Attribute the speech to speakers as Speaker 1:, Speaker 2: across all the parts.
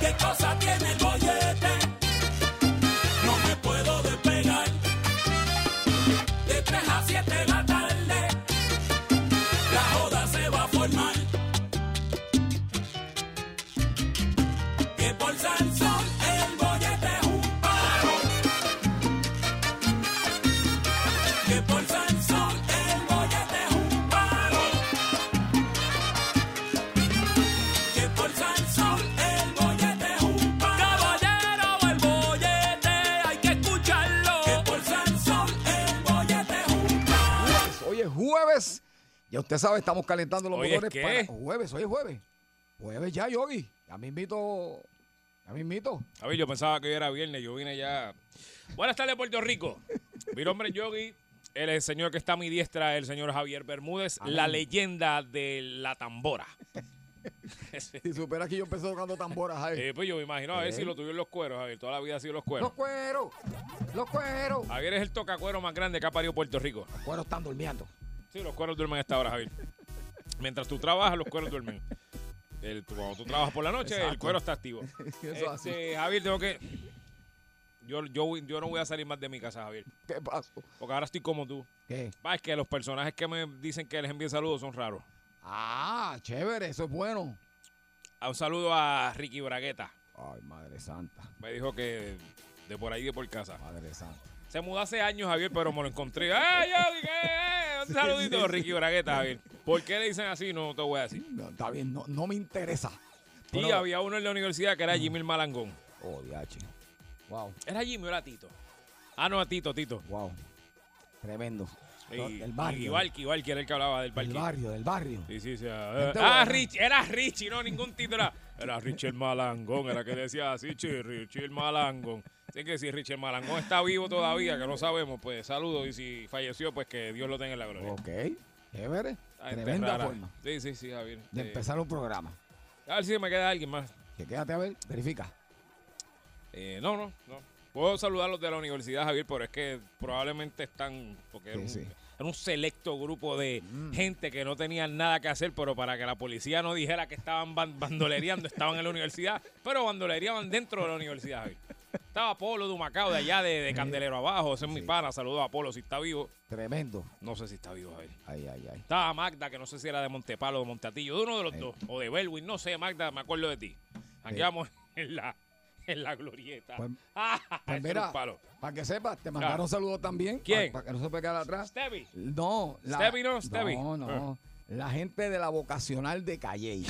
Speaker 1: ¿Qué cosa tiene el bollete? No me puedo despegar. De 3 a 7 de la tarde, la joda se va a formar. Que por San Sol el bollete es un paro. Que por San Sol el bollete es un paro. Que por San Sol el bollete es un palo. Caballero, el bollete hay que escucharlo. Que por San Sol el bollete es un palo.
Speaker 2: Hoy es jueves. Ya usted sabe, estamos calentando los
Speaker 3: ¿Hoy es
Speaker 2: motores
Speaker 3: qué?
Speaker 2: para jueves. Hoy es jueves. Jueves ya, Yogi. Ya me invito. Ya me invito.
Speaker 3: A ver, yo pensaba que hoy era viernes, yo vine ya. Buenas tardes, Puerto Rico. Mi nombre es Yogi, el, el señor que está a mi diestra, el señor Javier Bermúdez, la leyenda de la tambora.
Speaker 2: Si supera que yo empecé tocando tamboras ahí.
Speaker 3: Eh, pues yo me imagino, a ver si lo tuvieron los cueros, Javier, toda la vida ha sido los cueros.
Speaker 2: Los cueros. Los cueros.
Speaker 3: Javier es el tocacuero más grande que ha parido Puerto Rico.
Speaker 2: Los cueros están durmiendo.
Speaker 3: Sí, los cueros duermen a esta hora, Javier. Mientras tú trabajas, los cueros duermen. El- cuando tú trabajas por la noche, el
Speaker 2: Exacto.
Speaker 3: cuero está activo.
Speaker 2: Eso es así.
Speaker 3: Este, Javier, tengo que... Yo, yo, yo no voy a salir más de mi casa, Javier,
Speaker 2: ¿Qué pasó?
Speaker 3: porque ahora estoy como tú.
Speaker 2: ¿Qué?
Speaker 3: Va, es que los personajes que me dicen que les envíen saludos son raros.
Speaker 2: Ah, chévere, eso es bueno.
Speaker 3: A un saludo a Ricky Bragueta.
Speaker 2: Ay, madre santa.
Speaker 3: Me dijo que de por ahí, de por casa.
Speaker 2: Madre santa.
Speaker 3: Se mudó hace años, Javier, pero me lo encontré. ¡Ay, yo! ¿qué? Eh, Un saludito,
Speaker 2: sí, sí.
Speaker 3: Ricky Bragueta, Javier. ¿Por qué le dicen así? No te voy a decir.
Speaker 2: No, está bien, no, no me interesa.
Speaker 3: Y
Speaker 2: Pero-
Speaker 3: había uno en la universidad que era Jimmy el Malangón.
Speaker 2: Oh, diache. Wow,
Speaker 3: ¿Era Jimmy o era Tito? Ah, no, a Tito, Tito.
Speaker 2: wow. Tremendo.
Speaker 3: Y,
Speaker 2: del barrio.
Speaker 3: Y Valky, Valky era el que hablaba del
Speaker 2: Del
Speaker 3: parque.
Speaker 2: barrio, del barrio.
Speaker 3: Sí, sí, sí. Ah,
Speaker 2: Gente
Speaker 3: ah,
Speaker 2: buena.
Speaker 3: Rich, era Richie, no ningún título. Era, era Richie el Malangón, era que decía así, "Che, Richie el Malangón. Así que si Richie el Malangón está vivo todavía, que no sabemos, pues saludos. Y si falleció, pues que Dios lo tenga en la gloria.
Speaker 2: Ok, chévere.
Speaker 3: La gente
Speaker 2: Oh, Tremenda
Speaker 3: rara.
Speaker 2: forma
Speaker 3: Sí, sí, sí, Javier.
Speaker 2: de
Speaker 3: Eh,
Speaker 2: empezar un programa.
Speaker 3: a ver si me queda alguien más.
Speaker 2: Que quédate a ver, verifica.
Speaker 3: Eh, no, no, no. Puedo saludar a los de la universidad, Javier, pero es que probablemente están, porque era,
Speaker 2: Sí,
Speaker 3: un,
Speaker 2: sí. Mm.
Speaker 3: era un selecto grupo de gente que no tenían nada que hacer, pero para que la policía no dijera que estaban ban- bandolereando, estaban en la universidad, pero bandolereaban dentro de la universidad, Javier. Estaba Polo de Humacao, de allá, de, de Candelero abajo, ese es mi pana, saludo a Polo si está vivo,
Speaker 2: Tremendo.
Speaker 3: no sé si está vivo, Javier.
Speaker 2: Ay, ay, ay.
Speaker 3: Estaba Magda, que no sé si era de Montepalo o de Montatillo, de uno
Speaker 2: Eh.
Speaker 3: de los dos, o de Belwin, no sé, Magda, me acuerdo de ti. Aquí
Speaker 2: Sí.
Speaker 3: vamos en la, en la glorieta.
Speaker 2: Eh. Pues-
Speaker 3: Ah,
Speaker 2: Pues
Speaker 3: ese era un
Speaker 2: mira,
Speaker 3: palo.
Speaker 2: para que sepas, te mandaron
Speaker 3: Ah.
Speaker 2: saludos también.
Speaker 3: ¿Quién?
Speaker 2: Para, que no se puede quedar atrás.
Speaker 3: Stevie.
Speaker 2: No, la,
Speaker 3: Stevie, ¿no? Ah. Stevie.
Speaker 2: No, no. La gente de la vocacional de Calley.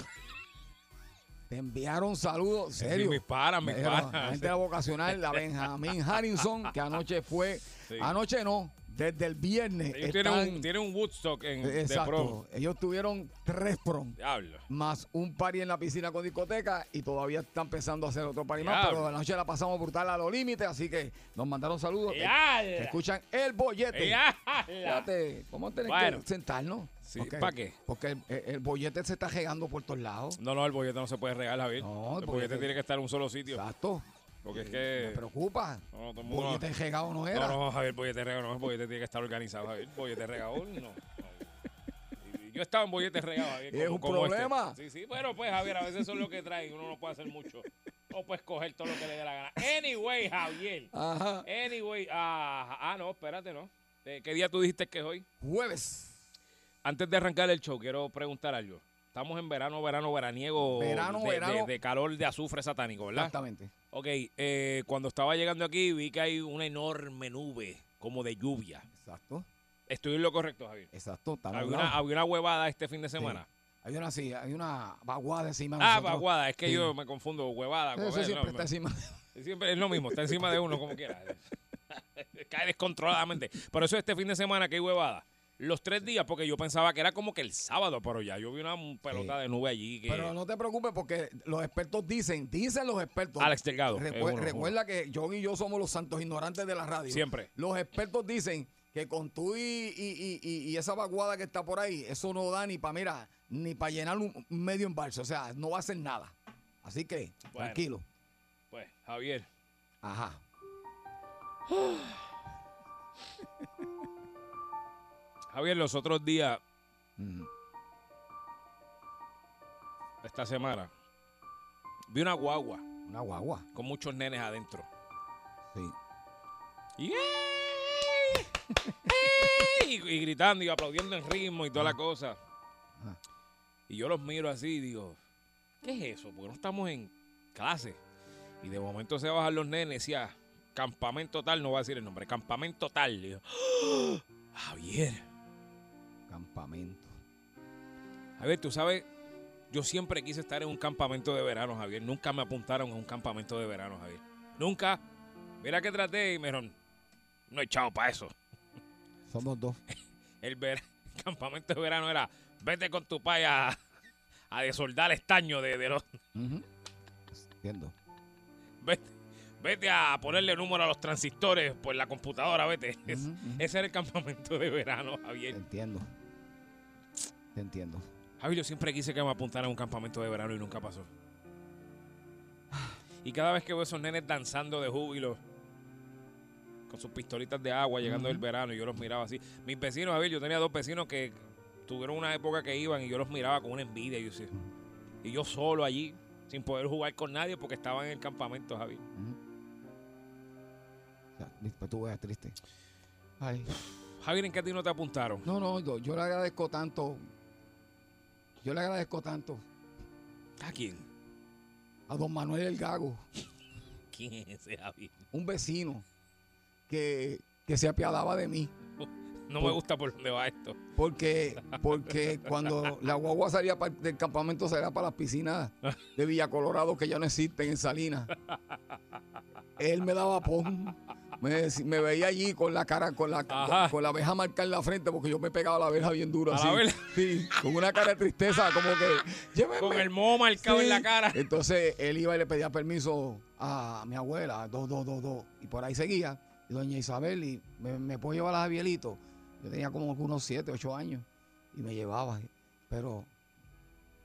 Speaker 2: Te enviaron saludos, serio.
Speaker 3: Sí, mis paras, mis
Speaker 2: Mira, La
Speaker 3: paras.
Speaker 2: gente de la vocacional, la Benjamín Harrison, que anoche fue.
Speaker 3: Sí.
Speaker 2: Anoche no, desde el viernes.
Speaker 3: Ellos tienen,
Speaker 2: están,
Speaker 3: un, tienen un Woodstock en de prom.
Speaker 2: exacto. Ellos tuvieron tres prom.
Speaker 3: Diablo.
Speaker 2: más un party en la piscina con discoteca y todavía están pensando hacer otro party más,
Speaker 3: Diablo.
Speaker 2: pero la noche la pasamos brutal a los límites, así que nos mandaron saludos. Te-
Speaker 3: ¡Diablo!
Speaker 2: te escuchan el bollete.
Speaker 3: ¡Diablo!
Speaker 2: eh, Fíjate, vamos a tener
Speaker 3: Bueno.
Speaker 2: que sentarnos.
Speaker 3: Sí,
Speaker 2: Porque-
Speaker 3: ¿pa' qué?
Speaker 2: Porque el, el- el bollete se está regando por todos lados.
Speaker 3: No, no, el bollete no se puede regalar, Javier.
Speaker 2: No, el
Speaker 3: el bollete,
Speaker 2: bollete-
Speaker 3: tiene que estar en un solo sitio.
Speaker 2: Exacto. Eh,
Speaker 3: Porque es
Speaker 2: Me
Speaker 3: que.
Speaker 2: preocupa.
Speaker 3: No, no, todo el mundo-
Speaker 2: bollete regado no
Speaker 3: No,
Speaker 2: era.
Speaker 3: no, Javier, bollete regado, no, el bollete tiene que estar organizado, Javier. Bollete regado, no. no. Y- y Yo estaba en bollete regado, Javier.
Speaker 2: Es
Speaker 3: como-
Speaker 2: un
Speaker 3: como este.
Speaker 2: problema.
Speaker 3: Sí, sí, pero pues, Javier, a veces eso es lo que trae. Uno no puede hacer mucho. O puedes coger todo lo que le dé la gana. Anyway, Javier.
Speaker 2: Ajá.
Speaker 3: Anyway, ah, ah, no, espérate, no. Eh, ¿Qué día tú dijiste que es hoy?
Speaker 2: Jueves.
Speaker 3: Antes de arrancar el show, quiero preguntar algo. Estamos en verano, verano, veraniego.
Speaker 2: Verano,
Speaker 3: de, de-
Speaker 2: verano.
Speaker 3: de calor de azufre satánico, ¿verdad?
Speaker 2: Exactamente.
Speaker 3: Ok, eh, cuando estaba llegando aquí vi que hay una enorme nube, como de lluvia.
Speaker 2: Exacto.
Speaker 3: Estoy en lo correcto, Javier.
Speaker 2: Exacto. está
Speaker 3: Había
Speaker 2: nublado.
Speaker 3: una, había una huevada este fin de semana.
Speaker 2: Hay una sí, hay una vaguada encima de
Speaker 3: Ah,
Speaker 2: Ah, nosotros.
Speaker 3: vaguada, es que
Speaker 2: Sí.
Speaker 3: yo me confundo, huevada.
Speaker 2: Eso
Speaker 3: huevada,
Speaker 2: siempre
Speaker 3: no, pues,
Speaker 2: está
Speaker 3: me-
Speaker 2: encima.
Speaker 3: Siempre es lo mismo, está encima de uno como quiera. Cae descontroladamente. Por eso este fin de semana que hay huevada. Los tres días, porque yo pensaba que era como que el sábado, pero ya yo vi una pelota de nube allí que
Speaker 2: Pero no te preocupes porque los expertos dicen, dicen los expertos.
Speaker 3: Alex Delgado.
Speaker 2: Recue-
Speaker 3: es uno,
Speaker 2: recuerda que yo y yo somos los santos ignorantes de la radio.
Speaker 3: Siempre.
Speaker 2: Los expertos dicen que con tú y, y- y- y- y esa vaguada que está por ahí, eso no da ni para, mira, ni para llenar un un medio embalse. O sea, no va a hacer nada. Así que,
Speaker 3: Bueno.
Speaker 2: tranquilo.
Speaker 3: uno. Pues, Javier,
Speaker 2: Ajá.
Speaker 3: Javier, los otros días, esta semana, vi una guagua
Speaker 2: Una guagua.
Speaker 3: con muchos nenes adentro.
Speaker 2: Sí.
Speaker 3: Y, ¡eh! ¡eh! Y- y gritando y aplaudiendo en ritmo y toda la cosa.
Speaker 2: Ajá.
Speaker 3: Y yo los miro así y digo, ¿qué es eso? Porque no estamos en clase. Y de momento se bajan los nenes y decía, campamento tal, no voy a decir el nombre, campamento tal. Y yo, ¡Ah! Javier,
Speaker 2: Campamento.
Speaker 3: Javier, tú sabes, yo siempre quise estar en un campamento de verano, Javier. Nunca me apuntaron a un campamento de verano, Javier. Nunca. Mira que traté y me dijeron, no he echado para eso.
Speaker 2: Somos dos.
Speaker 3: Eh. el, ver- el campamento de verano era, vete con tu pai a, a desoldar estaño de, de los...
Speaker 2: Ujú. Entiendo.
Speaker 3: Vete, vete a ponerle número a los transistores por la computadora, vete. Es-
Speaker 2: Ujú, ujú.
Speaker 3: Ese era el campamento de verano, Javier.
Speaker 2: Te entiendo. Te entiendo.
Speaker 3: Javier, yo siempre quise que me apuntaran a un campamento de verano y nunca pasó. Y cada vez que veo esos nenes danzando de júbilo, con sus pistolitas de agua llegando el verano, y yo los miraba así. Mis vecinos, Javier, yo tenía dos vecinos que tuvieron una época que iban y yo los miraba con una envidia. Y yo, decía- y yo solo allí, sin poder jugar con nadie porque estaba en el campamento, Javier.
Speaker 2: O sea, pues tú veas triste. Ay.
Speaker 3: Javier, ¿en qué a ti no te apuntaron?
Speaker 2: No, no, yo, yo le agradezco tanto. Yo le agradezco tanto
Speaker 3: ¿A quién?
Speaker 2: a don Manuel El Gago,
Speaker 3: ¿Quién es ese Javier?
Speaker 2: un vecino que, que se apiadaba de mí.
Speaker 3: No me gusta por dónde va esto.
Speaker 2: Porque, porque cuando la guagua salía pa- del campamento salía para las piscinas de Villa Colorado que ya no existen en Salinas. Él me daba pon. Me, dec- me veía allí con la cara, con la,
Speaker 3: Ajá.
Speaker 2: con, la abeja marcada en la frente porque yo me pegaba la abeja bien dura.
Speaker 3: A la
Speaker 2: así.
Speaker 3: abeja.
Speaker 2: Sí, con una cara de tristeza, como que. "Llévenme".
Speaker 3: Con el moho marcado en la
Speaker 2: Sí.
Speaker 3: cara.
Speaker 2: Entonces él iba y le pedía permiso a mi abuela, dos, dos, dos, dos. Y por ahí seguía. Y doña Isabel, y me, me puedo llevar a Javielito. Yo tenía como que unos siete, ocho años. Y me llevaba. Pero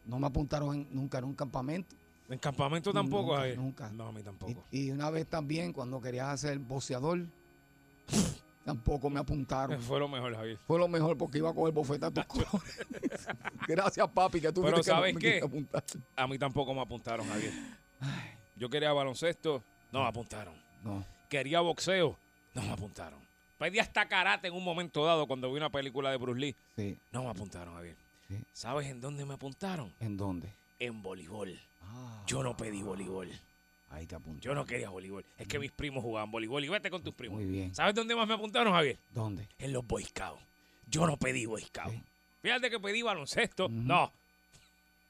Speaker 2: no me apuntaron en- nunca en un campamento.
Speaker 3: ¿En campamento tampoco,
Speaker 2: Nunca,
Speaker 3: Javier?
Speaker 2: nunca.
Speaker 3: No, a mí tampoco.
Speaker 2: Y, y una vez también, cuando quería hacer boceador, tampoco me apuntaron.
Speaker 3: Fue lo mejor, Javier.
Speaker 2: Fue lo mejor porque iba a coger bofeta a tus colores. Gracias, papi, que tú
Speaker 3: Pero
Speaker 2: fuiste que no
Speaker 3: ¿sabes
Speaker 2: me
Speaker 3: qué?
Speaker 2: quisiste apuntar.
Speaker 3: A mí tampoco me apuntaron, Javier. Yo quería baloncesto, no me apuntaron.
Speaker 2: No.
Speaker 3: Quería boxeo, no me apuntaron. Pedí hasta karate en un momento dado cuando vi una película de Bruce Lee.
Speaker 2: Sí.
Speaker 3: No me apuntaron, Javier.
Speaker 2: Sí.
Speaker 3: ¿Sabes en dónde me apuntaron?
Speaker 2: ¿En dónde?
Speaker 3: En voleibol.
Speaker 2: Ah,
Speaker 3: Yo no pedí voleibol.
Speaker 2: ahí te apunté.
Speaker 3: Yo no quería voleibol. Es que mis primos jugaban voleibol y vete con tus primos.
Speaker 2: Muy bien.
Speaker 3: ¿Sabes dónde más me apuntaron, Javier?
Speaker 2: ¿Dónde?
Speaker 3: En los Boy Scouts. Yo no pedí Boy Scouts.
Speaker 2: Sí.
Speaker 3: Fíjate que pedí baloncesto,
Speaker 2: Ujú.
Speaker 3: no.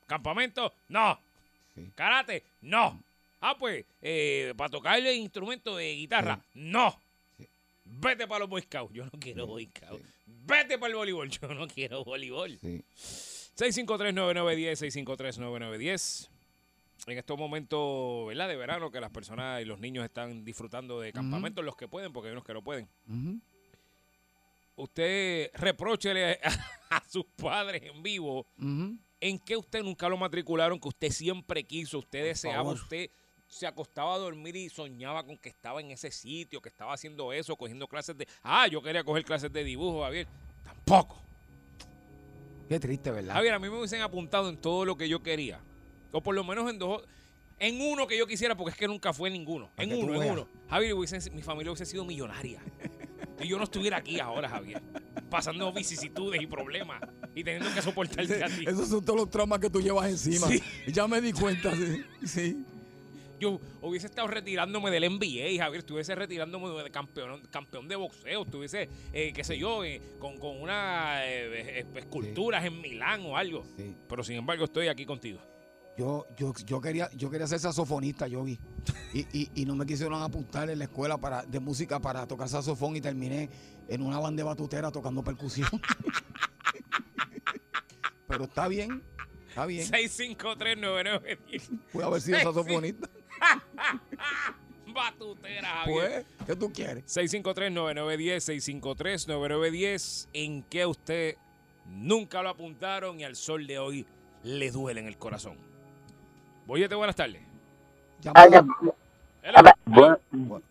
Speaker 3: Campamento, no.
Speaker 2: Sí.
Speaker 3: Karate, no. Ah, pues, eh, para tocarle instrumento de guitarra, no.
Speaker 2: Sí.
Speaker 3: Vete para los Boy Scouts. Yo no quiero
Speaker 2: Sí,
Speaker 3: Boy Scouts.
Speaker 2: sí.
Speaker 3: Vete para el voleibol. Yo no quiero voleibol.
Speaker 2: Sí.
Speaker 3: 653-9910, 653-9910. En estos momentos, ¿verdad? De verano, que las personas y los niños están disfrutando de campamentos, los que pueden, porque hay unos que no pueden.
Speaker 2: Ujú.
Speaker 3: Usted repróchele a, a sus padres en vivo
Speaker 2: Ujú.
Speaker 3: ¿En qué usted nunca lo matricularon que usted siempre quiso, usted deseaba,
Speaker 2: favor.
Speaker 3: usted se acostaba a dormir y soñaba con que estaba en ese sitio, que estaba haciendo eso, cogiendo clases de... Ah, yo quería coger clases de dibujo, Javier. Tampoco.
Speaker 2: Qué triste, ¿verdad?
Speaker 3: Javier, a mí me hubiesen apuntado en todo lo que yo quería. O por lo menos en dos... En uno que yo quisiera, porque es que nunca fue ninguno.
Speaker 2: Para
Speaker 3: En
Speaker 2: que tú
Speaker 3: uno, en
Speaker 2: veas.
Speaker 3: uno. Javier, hubiesen- mi familia hubiese sido millonaria. Y yo no estuviera aquí ahora, Javier. Pasando vicisitudes y problemas. Y teniendo que soportarte a ti.
Speaker 2: Esos son todos los traumas que tú llevas encima.
Speaker 3: Sí.
Speaker 2: Ya me di cuenta, sí. sí.
Speaker 3: Yo hubiese estado retirándome del NBA, Javier, estuviese retirándome de campeón, campeón de boxeo, estuviese, eh, qué sé yo, eh, con, con unas eh, esculturas en Milán o algo.
Speaker 2: Sí.
Speaker 3: Pero sin embargo, estoy aquí contigo.
Speaker 2: Yo, yo, yo quería, yo quería ser saxofonista, yo vi. Y, y, y no me quisieron apuntar en la escuela para, de música para tocar saxofón y terminé en una banda de batutera tocando percusión. Pero está bien, está bien.
Speaker 3: 6539910.
Speaker 2: Pude haber sido
Speaker 3: Sí, sí.
Speaker 2: saxofonista.
Speaker 3: Batutera, Javier.
Speaker 2: Pues, ¿qué tú quieres?
Speaker 3: 653-9910, 653-9910. ¿En qué usted nunca lo apuntaron y al sol de hoy le duele en el corazón? Boyete, buenas tardes.
Speaker 2: Llámame.
Speaker 3: Hello.
Speaker 4: Bu- bu-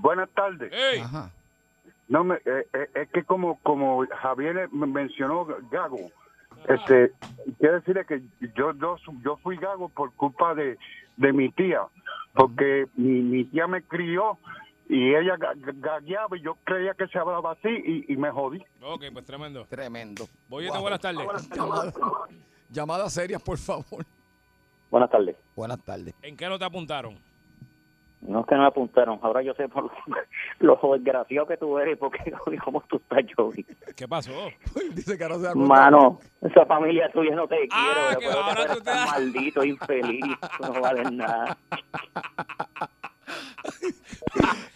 Speaker 4: buenas tardes.
Speaker 2: Ah.
Speaker 3: Hey.
Speaker 2: Ajá.
Speaker 4: No, me- eh, eh, es que como, como Javier me- mencionó Gago, este, quiero decirle que yo, yo, su- yo fui Gago por culpa de, de mi tía, porque mi, mi tía me crió y ella ga- ga- gagueaba y yo creía que se hablaba así y, y me jodí.
Speaker 3: Ok, pues tremendo.
Speaker 2: Tremendo.
Speaker 3: Voy
Speaker 2: Wow.
Speaker 3: buenas tardes.
Speaker 2: Llamadas, llamadas serias, por favor.
Speaker 5: Buenas tardes.
Speaker 2: Buenas tardes.
Speaker 3: ¿En qué no te apuntaron?
Speaker 5: No es que no me apuntaron, ahora yo sé por lo, lo desgraciado que tú eres, porque cómo tú estás, Joey.
Speaker 3: ¿Qué pasó?
Speaker 2: Dice que ahora se da cuenta.
Speaker 5: Mano, esa familia tuya no te
Speaker 3: Ah,
Speaker 5: quiero,
Speaker 3: que
Speaker 5: pero
Speaker 3: ahora
Speaker 5: ahora
Speaker 3: tú
Speaker 5: tú
Speaker 3: te
Speaker 5: eres
Speaker 3: das-
Speaker 5: maldito, infeliz, tú no vales nada.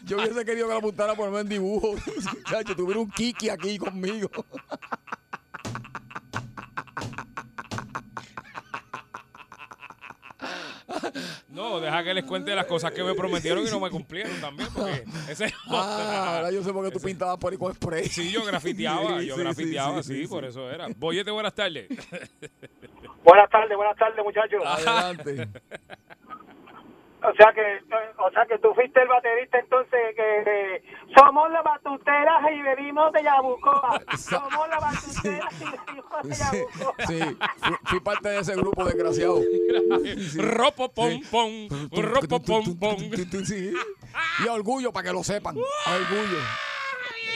Speaker 2: Yo hubiese querido que la apuntara por lo menos en dibujo. Chacho, tuviera un kiki aquí conmigo.
Speaker 3: No, deja que les cuente las cosas que me prometieron y no me cumplieron también, porque ese es
Speaker 2: Ah, ahora yo sé por qué tú
Speaker 3: Ese-
Speaker 2: pintabas por ahí con spray.
Speaker 3: Sí, yo grafiteaba,
Speaker 2: Sí,
Speaker 3: yo
Speaker 2: sí,
Speaker 3: grafiteaba,
Speaker 2: sí,
Speaker 3: sí,
Speaker 2: sí, sí.
Speaker 3: por eso era. Boyete, buenas tardes.
Speaker 6: Buenas tardes, buenas tardes, muchachos.
Speaker 2: Adelante.
Speaker 6: O sea que, o sea que tú fuiste el baterista, entonces que que somos las batuteras y venimos de Yabucoa. Somos las batuteras y venimos de
Speaker 2: Sí,
Speaker 6: Yabucoa.
Speaker 2: sí. Fui, fui parte de ese grupo desgraciado.
Speaker 3: Eh, Ropo pom pom, ropo pom pom.
Speaker 2: Sí. Y orgullo para que lo sepan. Orgullo.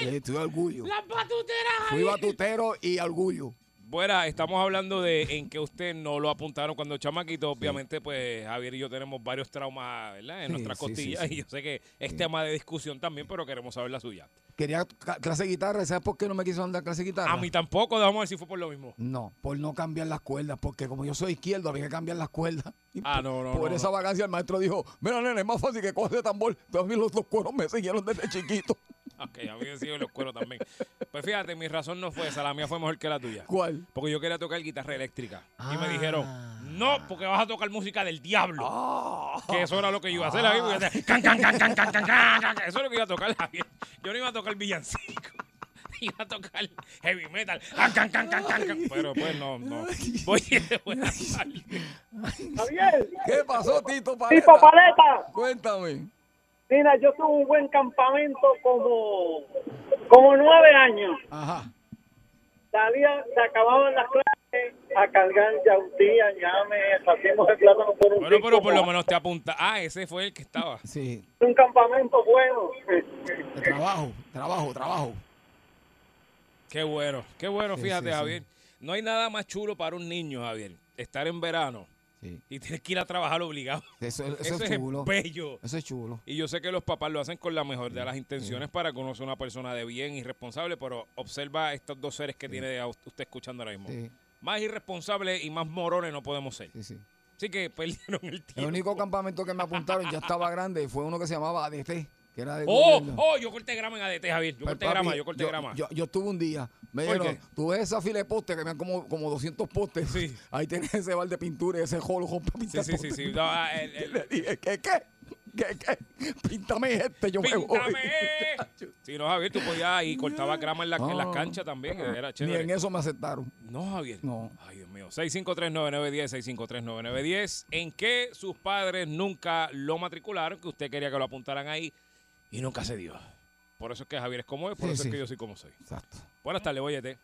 Speaker 2: Eh, Estoy orgullo. Las batuteras. Fui batutero y orgullo.
Speaker 3: Bueno, estamos hablando de en que usted no lo apuntaron cuando chamaquito. Obviamente, pues Javier y yo tenemos varios traumas, ¿verdad? En
Speaker 2: Sí,
Speaker 3: nuestras
Speaker 2: sí, sí,
Speaker 3: costillas.
Speaker 2: sí.
Speaker 3: Y yo sé que es tema de discusión también, pero queremos saber la suya.
Speaker 2: Quería ca- clase de guitarra. ¿Sabes por qué Ah, no me quiso andar clase de guitarra?
Speaker 3: A mí tampoco, vamos a ver si fue por lo mismo.
Speaker 2: No, por no cambiar las cuerdas, porque como yo soy izquierdo, había que cambiar las cuerdas. Y
Speaker 3: Ah,
Speaker 2: por-
Speaker 3: no, no,
Speaker 2: Por
Speaker 3: no,
Speaker 2: esa
Speaker 3: no.
Speaker 2: vacancia el maestro dijo, mira, nene, es más fácil que cojas de tambor. Pero a mí los dos cueros me siguieron desde chiquito.
Speaker 3: Ok, a mí me siguen los cueros también. Pues fíjate, mi razón no fue esa, la mía fue mejor que la tuya.
Speaker 2: ¿Cuál?
Speaker 3: Porque yo quería tocar guitarra eléctrica. Y
Speaker 2: Ah.
Speaker 3: me dijeron, no, porque vas a tocar música del diablo.
Speaker 2: Ah,
Speaker 3: Que eso era lo que yo iba a hacer. ahí, porque yo decía, can, can, can, can, can, can, can, can, can. Eso es lo que iba a tocar. Javier. Yo no iba a tocar villancico. Iba a tocar heavy metal. Ah, Can, can, can, can, can, can. Pero pues no, no. Voy buenas tardes.
Speaker 6: Javier,
Speaker 2: ¿Qué pasó, Tito Paleta?
Speaker 6: tipo paleta.
Speaker 2: Cuéntame.
Speaker 6: Mira, yo tuve un buen campamento como, como nueve años.
Speaker 2: Ajá.
Speaker 6: Salía, se acababan las clases a cargar yautía, llame, hacíamos el plátano por un
Speaker 3: Bueno, pero
Speaker 6: pico,
Speaker 3: por lo menos te apunta. Ah, ese fue el que estaba.
Speaker 2: Sí,
Speaker 6: Un campamento bueno.
Speaker 2: de trabajo, trabajo, trabajo.
Speaker 3: Qué bueno, qué bueno,
Speaker 2: Sí,
Speaker 3: fíjate,
Speaker 2: sí, sí.
Speaker 3: Javier. No hay nada más chulo para un niño, Javier. Estar en verano
Speaker 2: Sí.
Speaker 3: y tener que ir a trabajar obligado.
Speaker 2: Eso, eso
Speaker 3: Eso,
Speaker 2: es
Speaker 3: es
Speaker 2: chulo.
Speaker 3: bello.
Speaker 2: Eso es chulo.
Speaker 3: Y yo sé que los papás lo hacen con la mejor
Speaker 2: Mm,
Speaker 3: de las intenciones para conocer una persona de bien y responsable, pero observa estos dos seres que tiene a usted usted escuchando ahora mismo.
Speaker 2: Sí,
Speaker 3: Más irresponsables y más morones no podemos ser.
Speaker 2: sí, sí.
Speaker 3: Así que perdieron el
Speaker 2: El
Speaker 3: tiempo.
Speaker 2: único campamento que me apuntaron, ya estaba grande, fue uno que se llamaba ADT, que era de
Speaker 3: ¡Oh!
Speaker 2: gobierno.
Speaker 3: ¡Oh! Yo corté grama en ADT, Javier. Yo
Speaker 2: Pues,
Speaker 3: corté
Speaker 2: papi,
Speaker 3: grama, yo corté grama.
Speaker 2: Yo, yo estuve un día. Me
Speaker 3: ¿Por
Speaker 2: dijeron,
Speaker 3: qué?
Speaker 2: tú ves esa fila de postes que me dan como, como 200 postes.
Speaker 3: Sí.
Speaker 2: Ahí tienes ese bar de pintura y ese holo para
Speaker 3: Sí,
Speaker 2: pintar
Speaker 3: sí, sí,
Speaker 2: postes".
Speaker 3: sí. No, ah, el- el-
Speaker 2: Le dije, ¿qué, qué? ¿Qué, qué? Píntame este, yo me voy.
Speaker 3: ¡Píntame! Si no, Javier, tú podías y cortabas grama en, la, en las
Speaker 2: Ah.
Speaker 3: canchas también. Era
Speaker 2: Ni
Speaker 3: chévere.
Speaker 2: en eso me aceptaron.
Speaker 3: No, Javier.
Speaker 2: No.
Speaker 3: Ay, Dios mío. 6539910, 6539910. ¿En qué sus padres nunca lo matricularon? Que usted quería que lo apuntaran ahí y nunca se dio. Por eso es que Javier es como es, por
Speaker 2: Sí,
Speaker 3: eso
Speaker 2: sí.
Speaker 3: es que yo soy como soy.
Speaker 2: Exacto.
Speaker 3: Buenas tardes, óyete.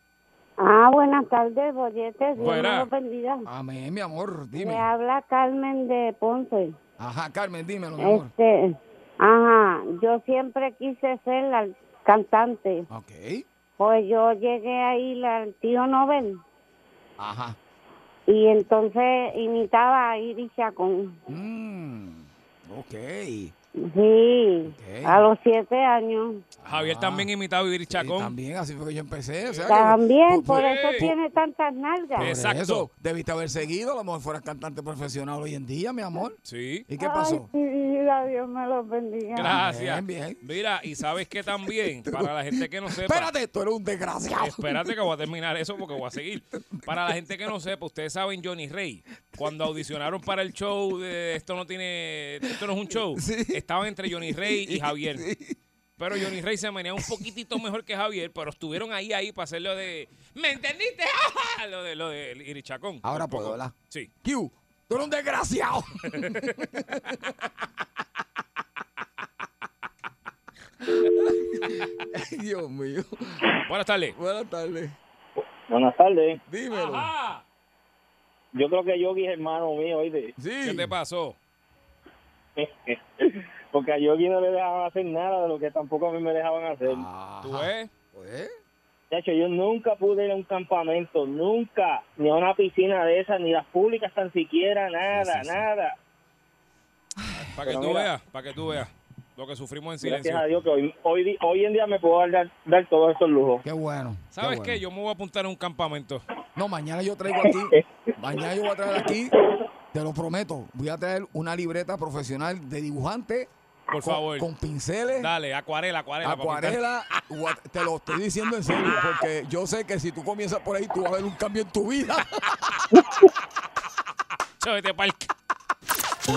Speaker 7: Ah, buenas tardes, Bollete. Dios
Speaker 3: Buenas.
Speaker 7: me los bendiga.
Speaker 2: Amén, mi amor, Ah, dime.
Speaker 7: Me habla Carmen de Ponce.
Speaker 2: Ajá, Carmen, dímelo,
Speaker 8: ¿Eh?
Speaker 2: mi amor.
Speaker 7: Este, ajá, yo siempre quise ser la cantante.
Speaker 2: Ok.
Speaker 7: Pues yo llegué ahí la- al tío Nobel
Speaker 2: Ajá.
Speaker 7: y entonces imitaba a Iris Chacón.
Speaker 2: Mm, ok.
Speaker 7: Sí,
Speaker 2: Ok.
Speaker 7: a los siete años.
Speaker 3: Javier también imitaba a Vivir
Speaker 2: Ah. Sí,
Speaker 3: Chacón.
Speaker 2: también, así fue que yo empecé. o sea que-
Speaker 7: También, por
Speaker 3: pues,
Speaker 7: eso
Speaker 3: pues,
Speaker 7: tiene tantas nalgas.
Speaker 3: pues,
Speaker 2: Exacto.
Speaker 3: Exacto.
Speaker 2: debiste haber seguido, a lo mejor fueras cantante profesional hoy en día, mi amor.
Speaker 3: Sí.
Speaker 2: ¿Y qué pasó?
Speaker 7: Ay, sí, vida, Dios me los bendiga.
Speaker 3: Gracias.
Speaker 2: Bien, bien.
Speaker 3: Mira, y sabes que también, para la gente que no sepa.
Speaker 2: Espérate, tú eres un desgraciado.
Speaker 3: Espérate que voy a terminar eso porque voy a seguir. Para la gente que no sepa, ustedes saben Johnny Rey. Cuando audicionaron para el show de Esto no tiene, esto no es un show, estaban entre Johnny Rey y Javier. Pero Johnny Rey se manejaba un poquitito mejor que Javier, pero estuvieron ahí ahí para hacer lo de ¿Me entendiste? lo de lo de Irichacón.
Speaker 2: Ahora
Speaker 3: Un poco.
Speaker 2: puedo, ¿verdad?
Speaker 3: Sí.
Speaker 2: Q, tú eres un desgraciado. Ay, Dios mío.
Speaker 3: Buenas tardes.
Speaker 2: Buenas tardes.
Speaker 5: Buenas tardes.
Speaker 2: Dímelo.
Speaker 3: Ajá.
Speaker 5: Yo creo que Yogi es hermano mío, oíste.
Speaker 3: ¿Qué
Speaker 2: Sí.
Speaker 3: te pasó?
Speaker 5: Porque a Yogi no le dejaban hacer nada de lo que tampoco a mí me dejaban hacer.
Speaker 3: ¿Tú
Speaker 2: Ajá.
Speaker 3: ves?
Speaker 2: Pues,
Speaker 5: De hecho, yo nunca pude ir a un campamento, nunca, ni a una piscina de esas, ni las públicas tan siquiera, nada,
Speaker 2: sí, sí.
Speaker 5: nada.
Speaker 3: Para que
Speaker 5: Pero
Speaker 3: tú
Speaker 5: mira.
Speaker 3: veas, para que tú veas lo que sufrimos en silencio.
Speaker 5: Gracias a Dios que hoy, hoy, hoy en día me puedo dar- dar, dar todos estos lujos.
Speaker 2: qué bueno.
Speaker 3: ¿Sabes
Speaker 2: bueno.
Speaker 3: qué? Yo me voy a apuntar a un campamento.
Speaker 2: No, mañana yo traigo aquí. mañana yo voy a traer aquí. Te lo prometo. Voy a traer una libreta profesional de dibujante. con-
Speaker 3: Por favor.
Speaker 2: Con pinceles.
Speaker 3: Dale, acuarela, acuarela. para pintar.
Speaker 2: Acuarela, gua- te lo estoy diciendo en serio, porque yo sé que si tú comienzas por ahí, tú vas a ver un cambio en tu vida.
Speaker 3: Chau, vete pa'l c-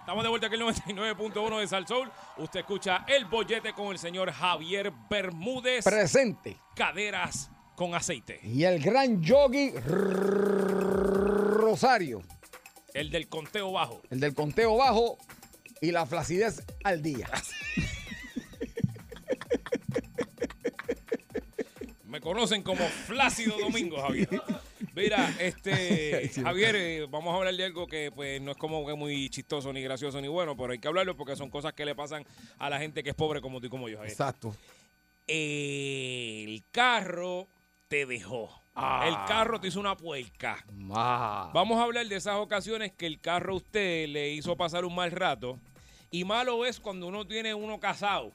Speaker 3: Estamos de vuelta aquí en el 99.1 de Salsol. Usted escucha El Bollete con el señor Javier Bermúdez.
Speaker 2: Presente.
Speaker 3: Caderas con aceite.
Speaker 2: Y el gran yogi Rosario,
Speaker 3: El del conteo bajo.
Speaker 2: el del conteo bajo y la flacidez al día.
Speaker 3: Me conocen como Flácido Domingo, Javier. Mira, este, Javier, eh, vamos a hablar de algo que pues no es como que muy chistoso, ni gracioso, ni bueno, pero hay que hablarlo porque son cosas que le pasan a la gente que es pobre como tú y como yo, Javier.
Speaker 2: Exacto.
Speaker 3: El carro te dejó.
Speaker 2: Ah.
Speaker 3: El carro te hizo una puerca.
Speaker 2: Ah.
Speaker 3: Vamos a hablar de esas ocasiones que el carro a usted le hizo pasar un mal rato. Y malo es cuando uno tiene uno casado,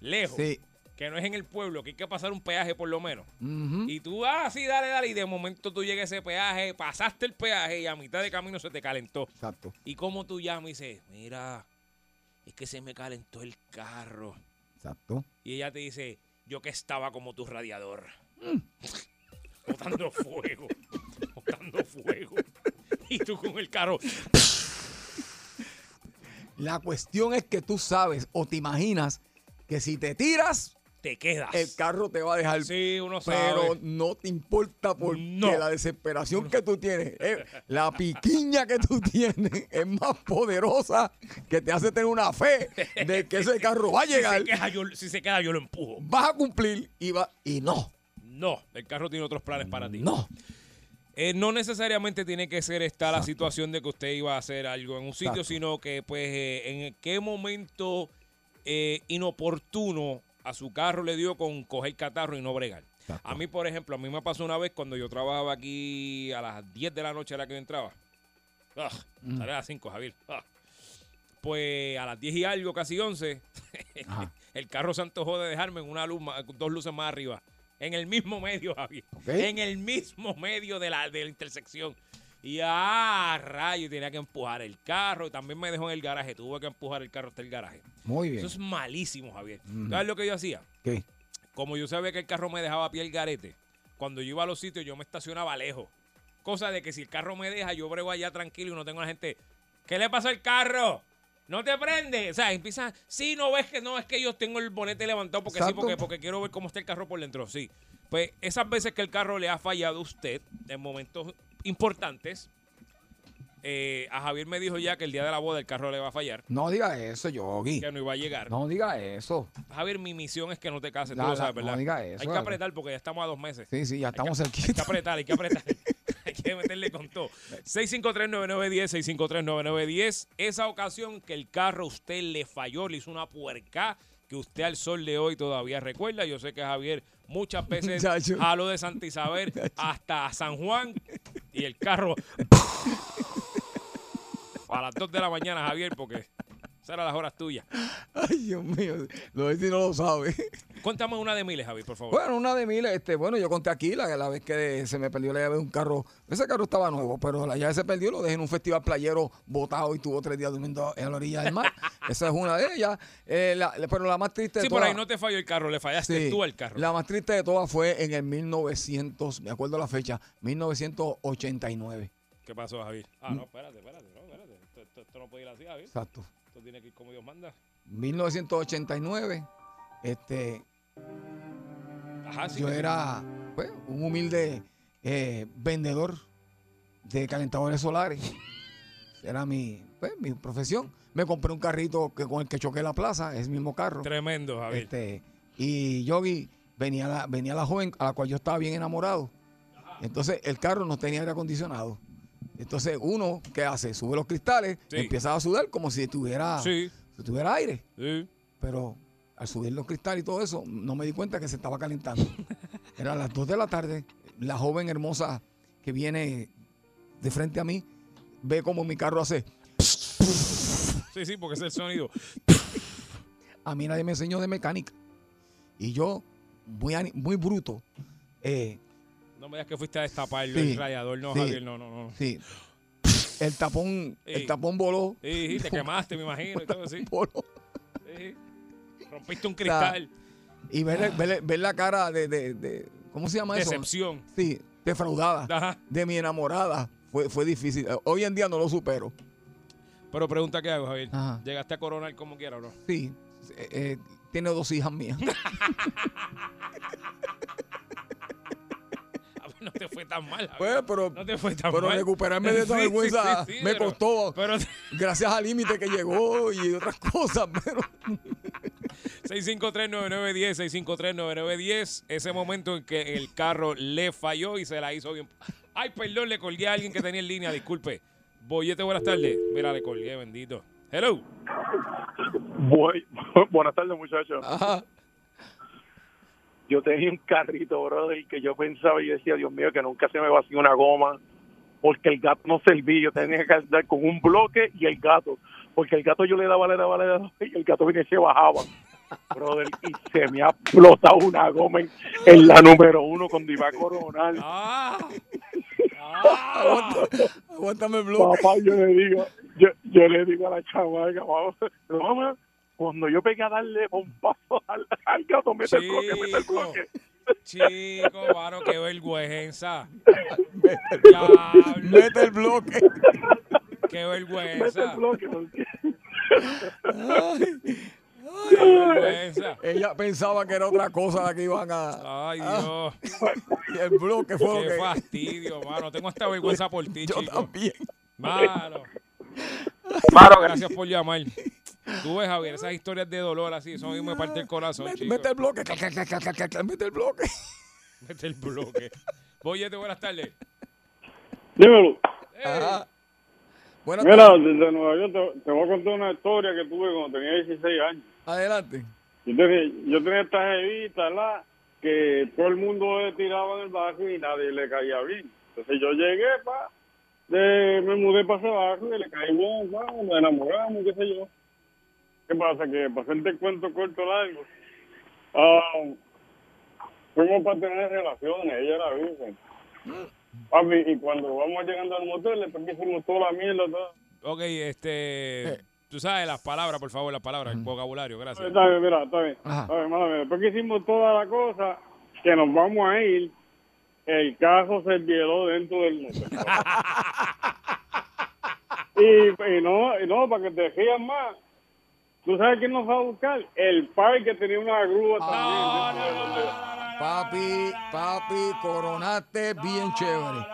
Speaker 3: lejos,
Speaker 2: Sí.
Speaker 3: que no es en el pueblo, que hay que pasar un peaje por lo menos.
Speaker 2: Ujú.
Speaker 3: Y tú vas así, dale, dale, y de momento tú llegas a ese peaje, pasaste el peaje y a mitad de camino se te calentó.
Speaker 2: Exacto.
Speaker 3: Y como tú llamas y dices, mira, es que se me calentó el carro.
Speaker 2: Exacto.
Speaker 3: Y ella te dice, yo que estaba como tu radiador. Botando fuego. Botando fuego. Y tú con el carro.
Speaker 2: La cuestión es que tú sabes o te imaginas que si te tiras,
Speaker 3: Te quedas.
Speaker 2: el carro te va a dejar.
Speaker 3: Sí, uno sabe.
Speaker 2: Pero no te importa porque
Speaker 3: No.
Speaker 2: la desesperación que tú tienes, eh, la piquiña que tú tienes es más poderosa que te hace tener una fe de que ese carro va a
Speaker 3: si, se
Speaker 2: llegar,
Speaker 3: queja, yo, si se queda, yo lo empujo.
Speaker 2: vas a cumplir y va y no,
Speaker 3: No, el carro tiene otros planes para ti.
Speaker 2: no.
Speaker 3: Eh, no necesariamente tiene que ser esta la situación de que usted iba a hacer algo en un sitio,
Speaker 2: Exacto.
Speaker 3: sino que pues eh, en qué momento eh, inoportuno a su carro le dio con coger catarro y no bregar.
Speaker 2: Exacto.
Speaker 3: A mí, por ejemplo, a mí me pasó una vez cuando yo trabajaba aquí a las 10 de la noche a la que yo entraba. Ah,
Speaker 2: Mm.
Speaker 3: sale a las 5, Javier. Ah. Pues a las 10 y algo, casi 11,
Speaker 2: Ajá,
Speaker 3: el carro se antojó de dejarme en una luz, ma- dos luces más arriba. En el mismo medio, Javier.
Speaker 2: Ok.
Speaker 3: En el mismo medio de la, de la intersección. Y ah, rayo, tenía que empujar el carro. Y también me dejó en el garaje. Tuve que empujar el carro hasta el garaje.
Speaker 2: Muy
Speaker 3: Eso
Speaker 2: bien.
Speaker 3: es malísimo, Javier.
Speaker 2: Ujú.
Speaker 3: ¿Sabes lo que yo hacía?
Speaker 2: ¿Qué?
Speaker 3: Como yo sabía que el carro me dejaba a pie el garete, cuando yo iba a los sitios, yo me estacionaba lejos. Cosa de que si el carro me deja, yo brego allá tranquilo y no tengo a la gente. ¿Qué le pasó al carro? ¿No te prende? O sea, empieza. Sí, no ves que no, es que yo tengo el bonete levantado porque sí,
Speaker 2: Exacto.
Speaker 3: porque, porque quiero ver cómo está el carro por dentro. Sí. Pues esas veces que el carro le ha fallado a usted en momentos importantes, eh, a Javier me dijo ya que el día de la boda el carro le va a fallar,
Speaker 2: No diga eso, Yogi.
Speaker 3: que no iba a llegar.
Speaker 2: No diga eso.
Speaker 3: Javier, mi misión es que no te cases,
Speaker 2: La-
Speaker 3: tú lo
Speaker 2: la-
Speaker 3: sabes, ¿verdad?
Speaker 2: no diga eso,
Speaker 3: hay que
Speaker 2: Javier.
Speaker 3: apretar porque ya estamos a dos meses.
Speaker 2: Sí, sí, ya estamos
Speaker 3: Hay que
Speaker 2: cerquita.
Speaker 3: apretar, hay que apretar. hay que meterle con todo. 653-9910, 653-9910. Esa ocasión que el carro a usted le falló, le hizo una puerca que usted al sol de hoy todavía recuerda. Yo sé que Javier muchas veces
Speaker 2: Muchacho.
Speaker 3: jaló de Santa Isabel hasta San Juan y el carro a las 2 de la mañana, Javier, porque esas eran las horas tuyas.
Speaker 2: Ay, Dios mío. Lo de si no lo sabe.
Speaker 3: Cuéntame una de miles, Javi, por favor.
Speaker 2: Bueno, una de miles, este, bueno, yo conté aquí la, la vez que se me perdió la llave de un carro. Ese carro estaba nuevo, pero la llave se perdió, lo dejé en un festival playero botado y tuvo tres días durmiendo en la orilla del mar. Esa es una de ellas. Eh, la- la- pero la más triste de
Speaker 3: sí, por
Speaker 2: todas-
Speaker 3: ahí no te falló el carro, le fallaste
Speaker 2: Sí.
Speaker 3: tú al carro.
Speaker 2: La más triste de todas fue en el 1900, me acuerdo la fecha, 1989.
Speaker 3: ¿Qué pasó, Javi? Ah, no, espérate, espérate, no, espérate. Esto, esto- esto no puede ir así, Javi.
Speaker 2: Exacto.
Speaker 3: Esto tiene que ir como Dios manda.
Speaker 2: 1989, este,
Speaker 3: Ajá, sí.
Speaker 2: yo
Speaker 3: que sí.
Speaker 2: era pues, un humilde eh, vendedor de calentadores solares. Era mi, pues, mi profesión. Me compré un carrito que con el que choqué la plaza, es el mismo carro.
Speaker 3: Tremendo, Javi.
Speaker 2: Este, y Yogi venía la, venía la joven a la cual yo estaba bien enamorado. Entonces el carro no tenía aire acondicionado. Entonces uno, ¿qué hace? Sube los cristales,
Speaker 3: Sí.
Speaker 2: empieza a sudar como si tuviera,
Speaker 3: Sí,
Speaker 2: si tuviera aire.
Speaker 3: sí.
Speaker 2: Pero al subir los cristales y todo eso, no me di cuenta que se estaba calentando. Eran las 2 de la tarde. La joven hermosa que viene de frente a mí ve como mi carro hace.
Speaker 3: Sí, sí, porque es el sonido.
Speaker 2: A mí nadie me enseñó de mecánica. Y yo, muy, ani- muy bruto, eh,
Speaker 3: No me digas que fuiste a destaparlo,
Speaker 2: Sí,
Speaker 3: el radiador, no,
Speaker 2: sí.
Speaker 3: Javier, no, no, no.
Speaker 2: Sí. El tapón, el
Speaker 3: Sí.
Speaker 2: tapón voló.
Speaker 3: Sí, sí, te quemaste, me imagino, y todo así.
Speaker 2: voló.
Speaker 3: Sí, sí. Rompiste un cristal.
Speaker 2: Y ver, ver- ver la cara de, de- de- ¿cómo se llama eso?
Speaker 3: Decepción.
Speaker 2: Sí, defraudada.
Speaker 3: Ajá.
Speaker 2: De mi enamorada. Fue, fue difícil. Eh, Hoy en día no lo supero.
Speaker 3: Pero pregunta que hago, Javier.
Speaker 2: Ajá.
Speaker 3: Llegaste a coronar como quiera, bro.
Speaker 2: Sí. eh, eh, tiene dos hijas mías.
Speaker 3: Ah, pues No te fue tan mal. Javier.
Speaker 2: Pues, pero,
Speaker 3: no te fue tan
Speaker 2: pero
Speaker 3: mal.
Speaker 2: recuperarme de esa
Speaker 3: Sí, sí,
Speaker 2: vergüenza
Speaker 3: sí, sí,
Speaker 2: me
Speaker 3: pero-
Speaker 2: costó.
Speaker 3: Pero
Speaker 2: Gracias al límite que llegó y otras cosas, pero
Speaker 3: 653-9910, 653-9910, ese momento en que el carro le falló y se la hizo bien. Ay, perdón, le colgué a alguien que tenía en línea, disculpe. Bollete, buenas tardes. Mira, le colgué, bendito. Hello.
Speaker 9: Voy. Buenas tardes, muchachos.
Speaker 2: ajá,
Speaker 9: Yo tenía un carrito, brother, que yo pensaba y decía, Dios mío, que nunca se me vacía una goma, porque el gato no servía. Yo tenía que andar con un bloque y el gato, porque el gato yo le daba, le daba, le daba, y el gato venía y se bajaba. Brother, y se me ha explotado una goma en, en la número uno cuando iba a coronar.
Speaker 3: Ah. Ah.
Speaker 2: aguántame el blog.
Speaker 9: Papá, yo le digo, yo, yo le digo a la chamaca, mamá, mamá, cuando yo pegué a darle un paso al, al gato, mete el bloque, mete el bloque.
Speaker 3: Chico, mano, qué vergüenza. Diablo,
Speaker 2: Mete el bloque.
Speaker 3: qué
Speaker 9: Mete el
Speaker 3: vergüenza.
Speaker 9: bloque. porque-
Speaker 3: Qué vergüenza.
Speaker 2: Ella pensaba que era otra cosa la que iban a.
Speaker 3: Ay, Dios.
Speaker 2: y el bloque fue lo
Speaker 3: Qué
Speaker 2: que.
Speaker 3: fastidio, mano. Tengo hasta vergüenza por ti,
Speaker 2: Yo
Speaker 3: chico.
Speaker 2: también.
Speaker 3: Mano.
Speaker 9: Mano,
Speaker 3: Gracias por llamar. Tú ves, Javier, esas historias de dolor así, eso a mí me parte el corazón,
Speaker 2: Mete,
Speaker 3: chico.
Speaker 2: mete el bloque. ca, ca, ca, ca, ca, ca, ca, Mete el bloque.
Speaker 3: Mete el bloque. Boyete, buenas tardes.
Speaker 10: Dímelo,
Speaker 2: Ajá. Buenas
Speaker 10: mira,
Speaker 2: tardes.
Speaker 10: desde Nueva York te, te voy a contar una historia que tuve cuando tenía 16 años.
Speaker 2: Adelante.
Speaker 10: Yo tenía, yo tenía esta jevita, la que todo el mundo le tiraba en el barrio y nadie le caía bien. Entonces yo llegué, pa, de- me mudé para ese barrio y le caí bien, pa, nos enamoramos, qué sé yo. ¿Qué pasa? Que para hacerte el cuento corto largo, ah, fuimos para tener relaciones, ella era virgen. Papi, y cuando vamos llegando al motel, después que hicimos toda la mierda, toda...
Speaker 3: Ok, este. Tú sabes las palabras, por favor, las palabras, el vocabulario, gracias.
Speaker 10: Está bien, mira, está bien.
Speaker 2: Ajá.
Speaker 10: Está bien, mala mía. Después que hicimos toda la cosa, que nos vamos a ir, el caso se envió dentro del motor. y, y no, y no, para que te fías más, ¿tú sabes quién nos va a buscar? El pai que tenía una grúa
Speaker 3: No,
Speaker 10: también.
Speaker 3: no, no, no, no, no, no.
Speaker 2: Papi, papi, coronaste bien chévere.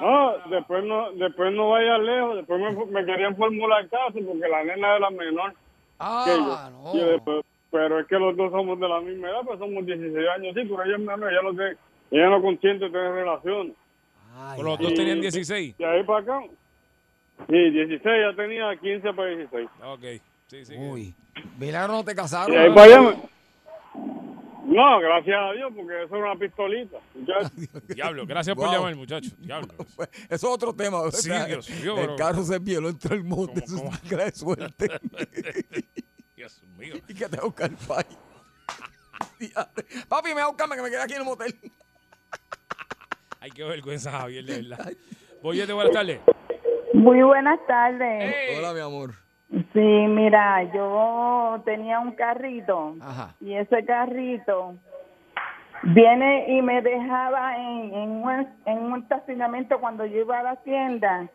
Speaker 10: No, después no, después no vayas lejos, después me, me querían formular caso porque la nena era menor que
Speaker 2: Ah,
Speaker 10: yo.
Speaker 2: no.
Speaker 10: Y después, pero es que los dos somos de la misma edad, pues somos 16 años, sí, pero ella es menor, ella no, te, ella no consiente tener relaciones.
Speaker 2: Ay,
Speaker 3: Los dos tenían 16.
Speaker 10: De ahí para acá. Sí, 16, ya tenía 15 para 16.
Speaker 3: Ok, sí, sí.
Speaker 2: Uy. Milagro Ah, no te
Speaker 10: Y
Speaker 2: casaron.
Speaker 10: de ahí para allá. me- No, gracias a Dios, porque eso era una pistolita. muchacho.
Speaker 3: Diablo, gracias por
Speaker 2: Wow.
Speaker 3: llamar, muchacho. Diablo.
Speaker 2: Pues, Eso es otro tema. o
Speaker 3: Sí,
Speaker 2: sea,
Speaker 3: Dios mío,
Speaker 2: El
Speaker 3: bro.
Speaker 2: carro se envió entre el monte. Eso es
Speaker 3: ¿Cómo,
Speaker 2: una gran suerte.
Speaker 3: Dios mío.
Speaker 2: y que te busca el país. Papi, me va a buscarme que me quedé aquí en el motel.
Speaker 3: Ay, qué vergüenza, Javier, de verdad. Boyete, buenas tardes.
Speaker 11: Muy buenas tardes.
Speaker 2: Hola, mi amor.
Speaker 11: Sí, mira, yo tenía un carrito
Speaker 2: Ajá.
Speaker 11: y ese carrito viene y me dejaba en, en un, en un estacionamiento cuando yo iba a la tienda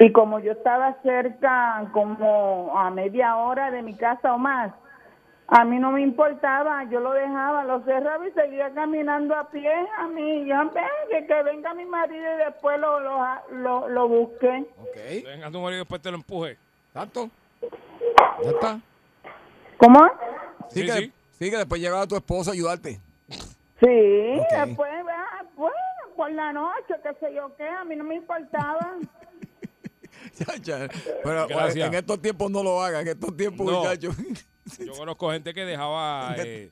Speaker 11: y como yo estaba cerca como a media hora de mi casa o más, a mí no me importaba, yo lo dejaba, lo cerraba y seguía caminando a pie a mí. Yo, "Ve, que, que venga mi marido y después lo, lo, lo, lo busque.
Speaker 3: Venga tu marido después te lo empuje.
Speaker 2: ¿Tanto? Ya está.
Speaker 11: ¿Cómo?
Speaker 2: Sí, que, sí, que después llegaba tu esposa a ayudarte.
Speaker 11: Sí,
Speaker 2: Ok.
Speaker 11: después, ah, bueno, por la noche, qué sé yo qué, a mí no me importaba.
Speaker 2: Chacha, Pero
Speaker 3: Gracias.
Speaker 2: en estos tiempos no lo hagas, en estos tiempos,
Speaker 3: No.
Speaker 2: muchachos.
Speaker 3: Yo conozco gente que dejaba eh,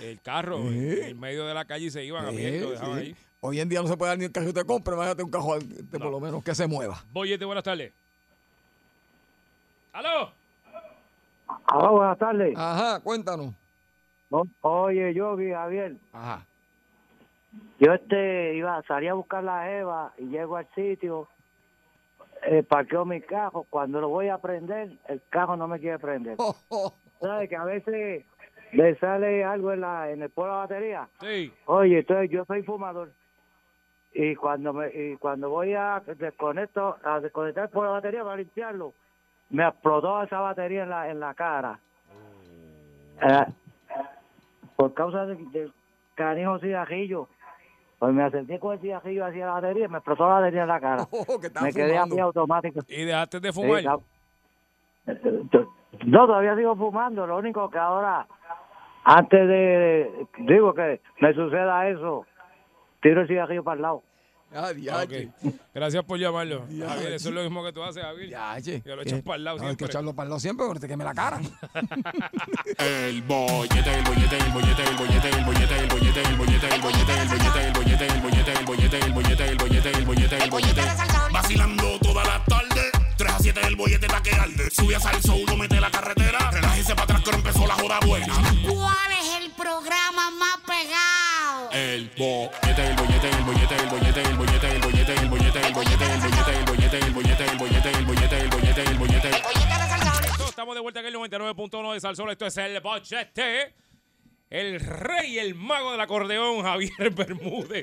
Speaker 3: el carro en en medio de la calle y se iban a pie, lo
Speaker 2: Sí,
Speaker 3: dejaban
Speaker 2: sí.
Speaker 3: ahí.
Speaker 2: Hoy en día no se puede dar ni el carrito de compra, imagínate un cajón este, por lo menos que se mueva.
Speaker 3: Boyete, buenas tardes. ¡Aló!
Speaker 12: Hola, buenas tardes.
Speaker 2: Ajá, cuéntanos.
Speaker 12: No, Oye, Yogi, Javier.
Speaker 2: Ajá.
Speaker 12: Yo este iba, salí a buscar la Eva y llego al sitio, eh, parqueo mi carro. Cuando lo voy a prender, el carro no me quiere prender.
Speaker 2: Oh.
Speaker 12: ¿Sabes que a veces le sale algo en, la, en el polo de batería?
Speaker 3: Sí.
Speaker 12: Oye, entonces yo soy fumador. Y cuando me y cuando voy a desconecto a desconectar por la batería para limpiarlo, me explotó esa batería en la en la cara. Eh, por causa de- del canijo cigarrillo. Pues me asenté con el cigarrillo hacia la batería y me explotó la batería en la
Speaker 2: oh,
Speaker 12: cara. me quedé a
Speaker 3: fumando.
Speaker 12: pie automático.
Speaker 3: ¿Y dejaste de
Speaker 12: Sí,
Speaker 3: fumar?
Speaker 12: la- No, todavía sigo fumando. Lo único que ahora, antes de, digo que me suceda eso, tiro el cigarrillo para el lado.
Speaker 3: Ah, Ok. Gracias por llamarlo. Javier, eso es lo mismo que tú haces, Javier. Que lo
Speaker 2: Eh,
Speaker 3: echas para el lado
Speaker 13: No, hay que
Speaker 3: siempre.
Speaker 13: echarlo para el lado siempre porque te queme la cara.
Speaker 8: El bollete, el bollete, el bollete, el bollete, el bollete, el bollete, el bollete, el bollete, el bollete, el bollete, el bollete, el bollete, el bollete, el bollete, el bollete, el bollete. Vacilando toda la tarde, 3 a 7 el bollete está que arde. Sube a salso, uno mete la carretera, relájese para atrás que ahora empezó la joda buena.
Speaker 14: ¿Cuál es el programa más pegado?
Speaker 8: El bollete, el bollete, el bollete, el bollete, el bollete, el bollete, el bollete, el bollete, el bollete, el bollete, el bollete, el bollete, el bollete, el bollete, el bollete.
Speaker 3: Estamos de vuelta aquí en el 99.1 de Salsol. Esto es el bochete. El rey, el mago del acordeón, Javier Bermúdez.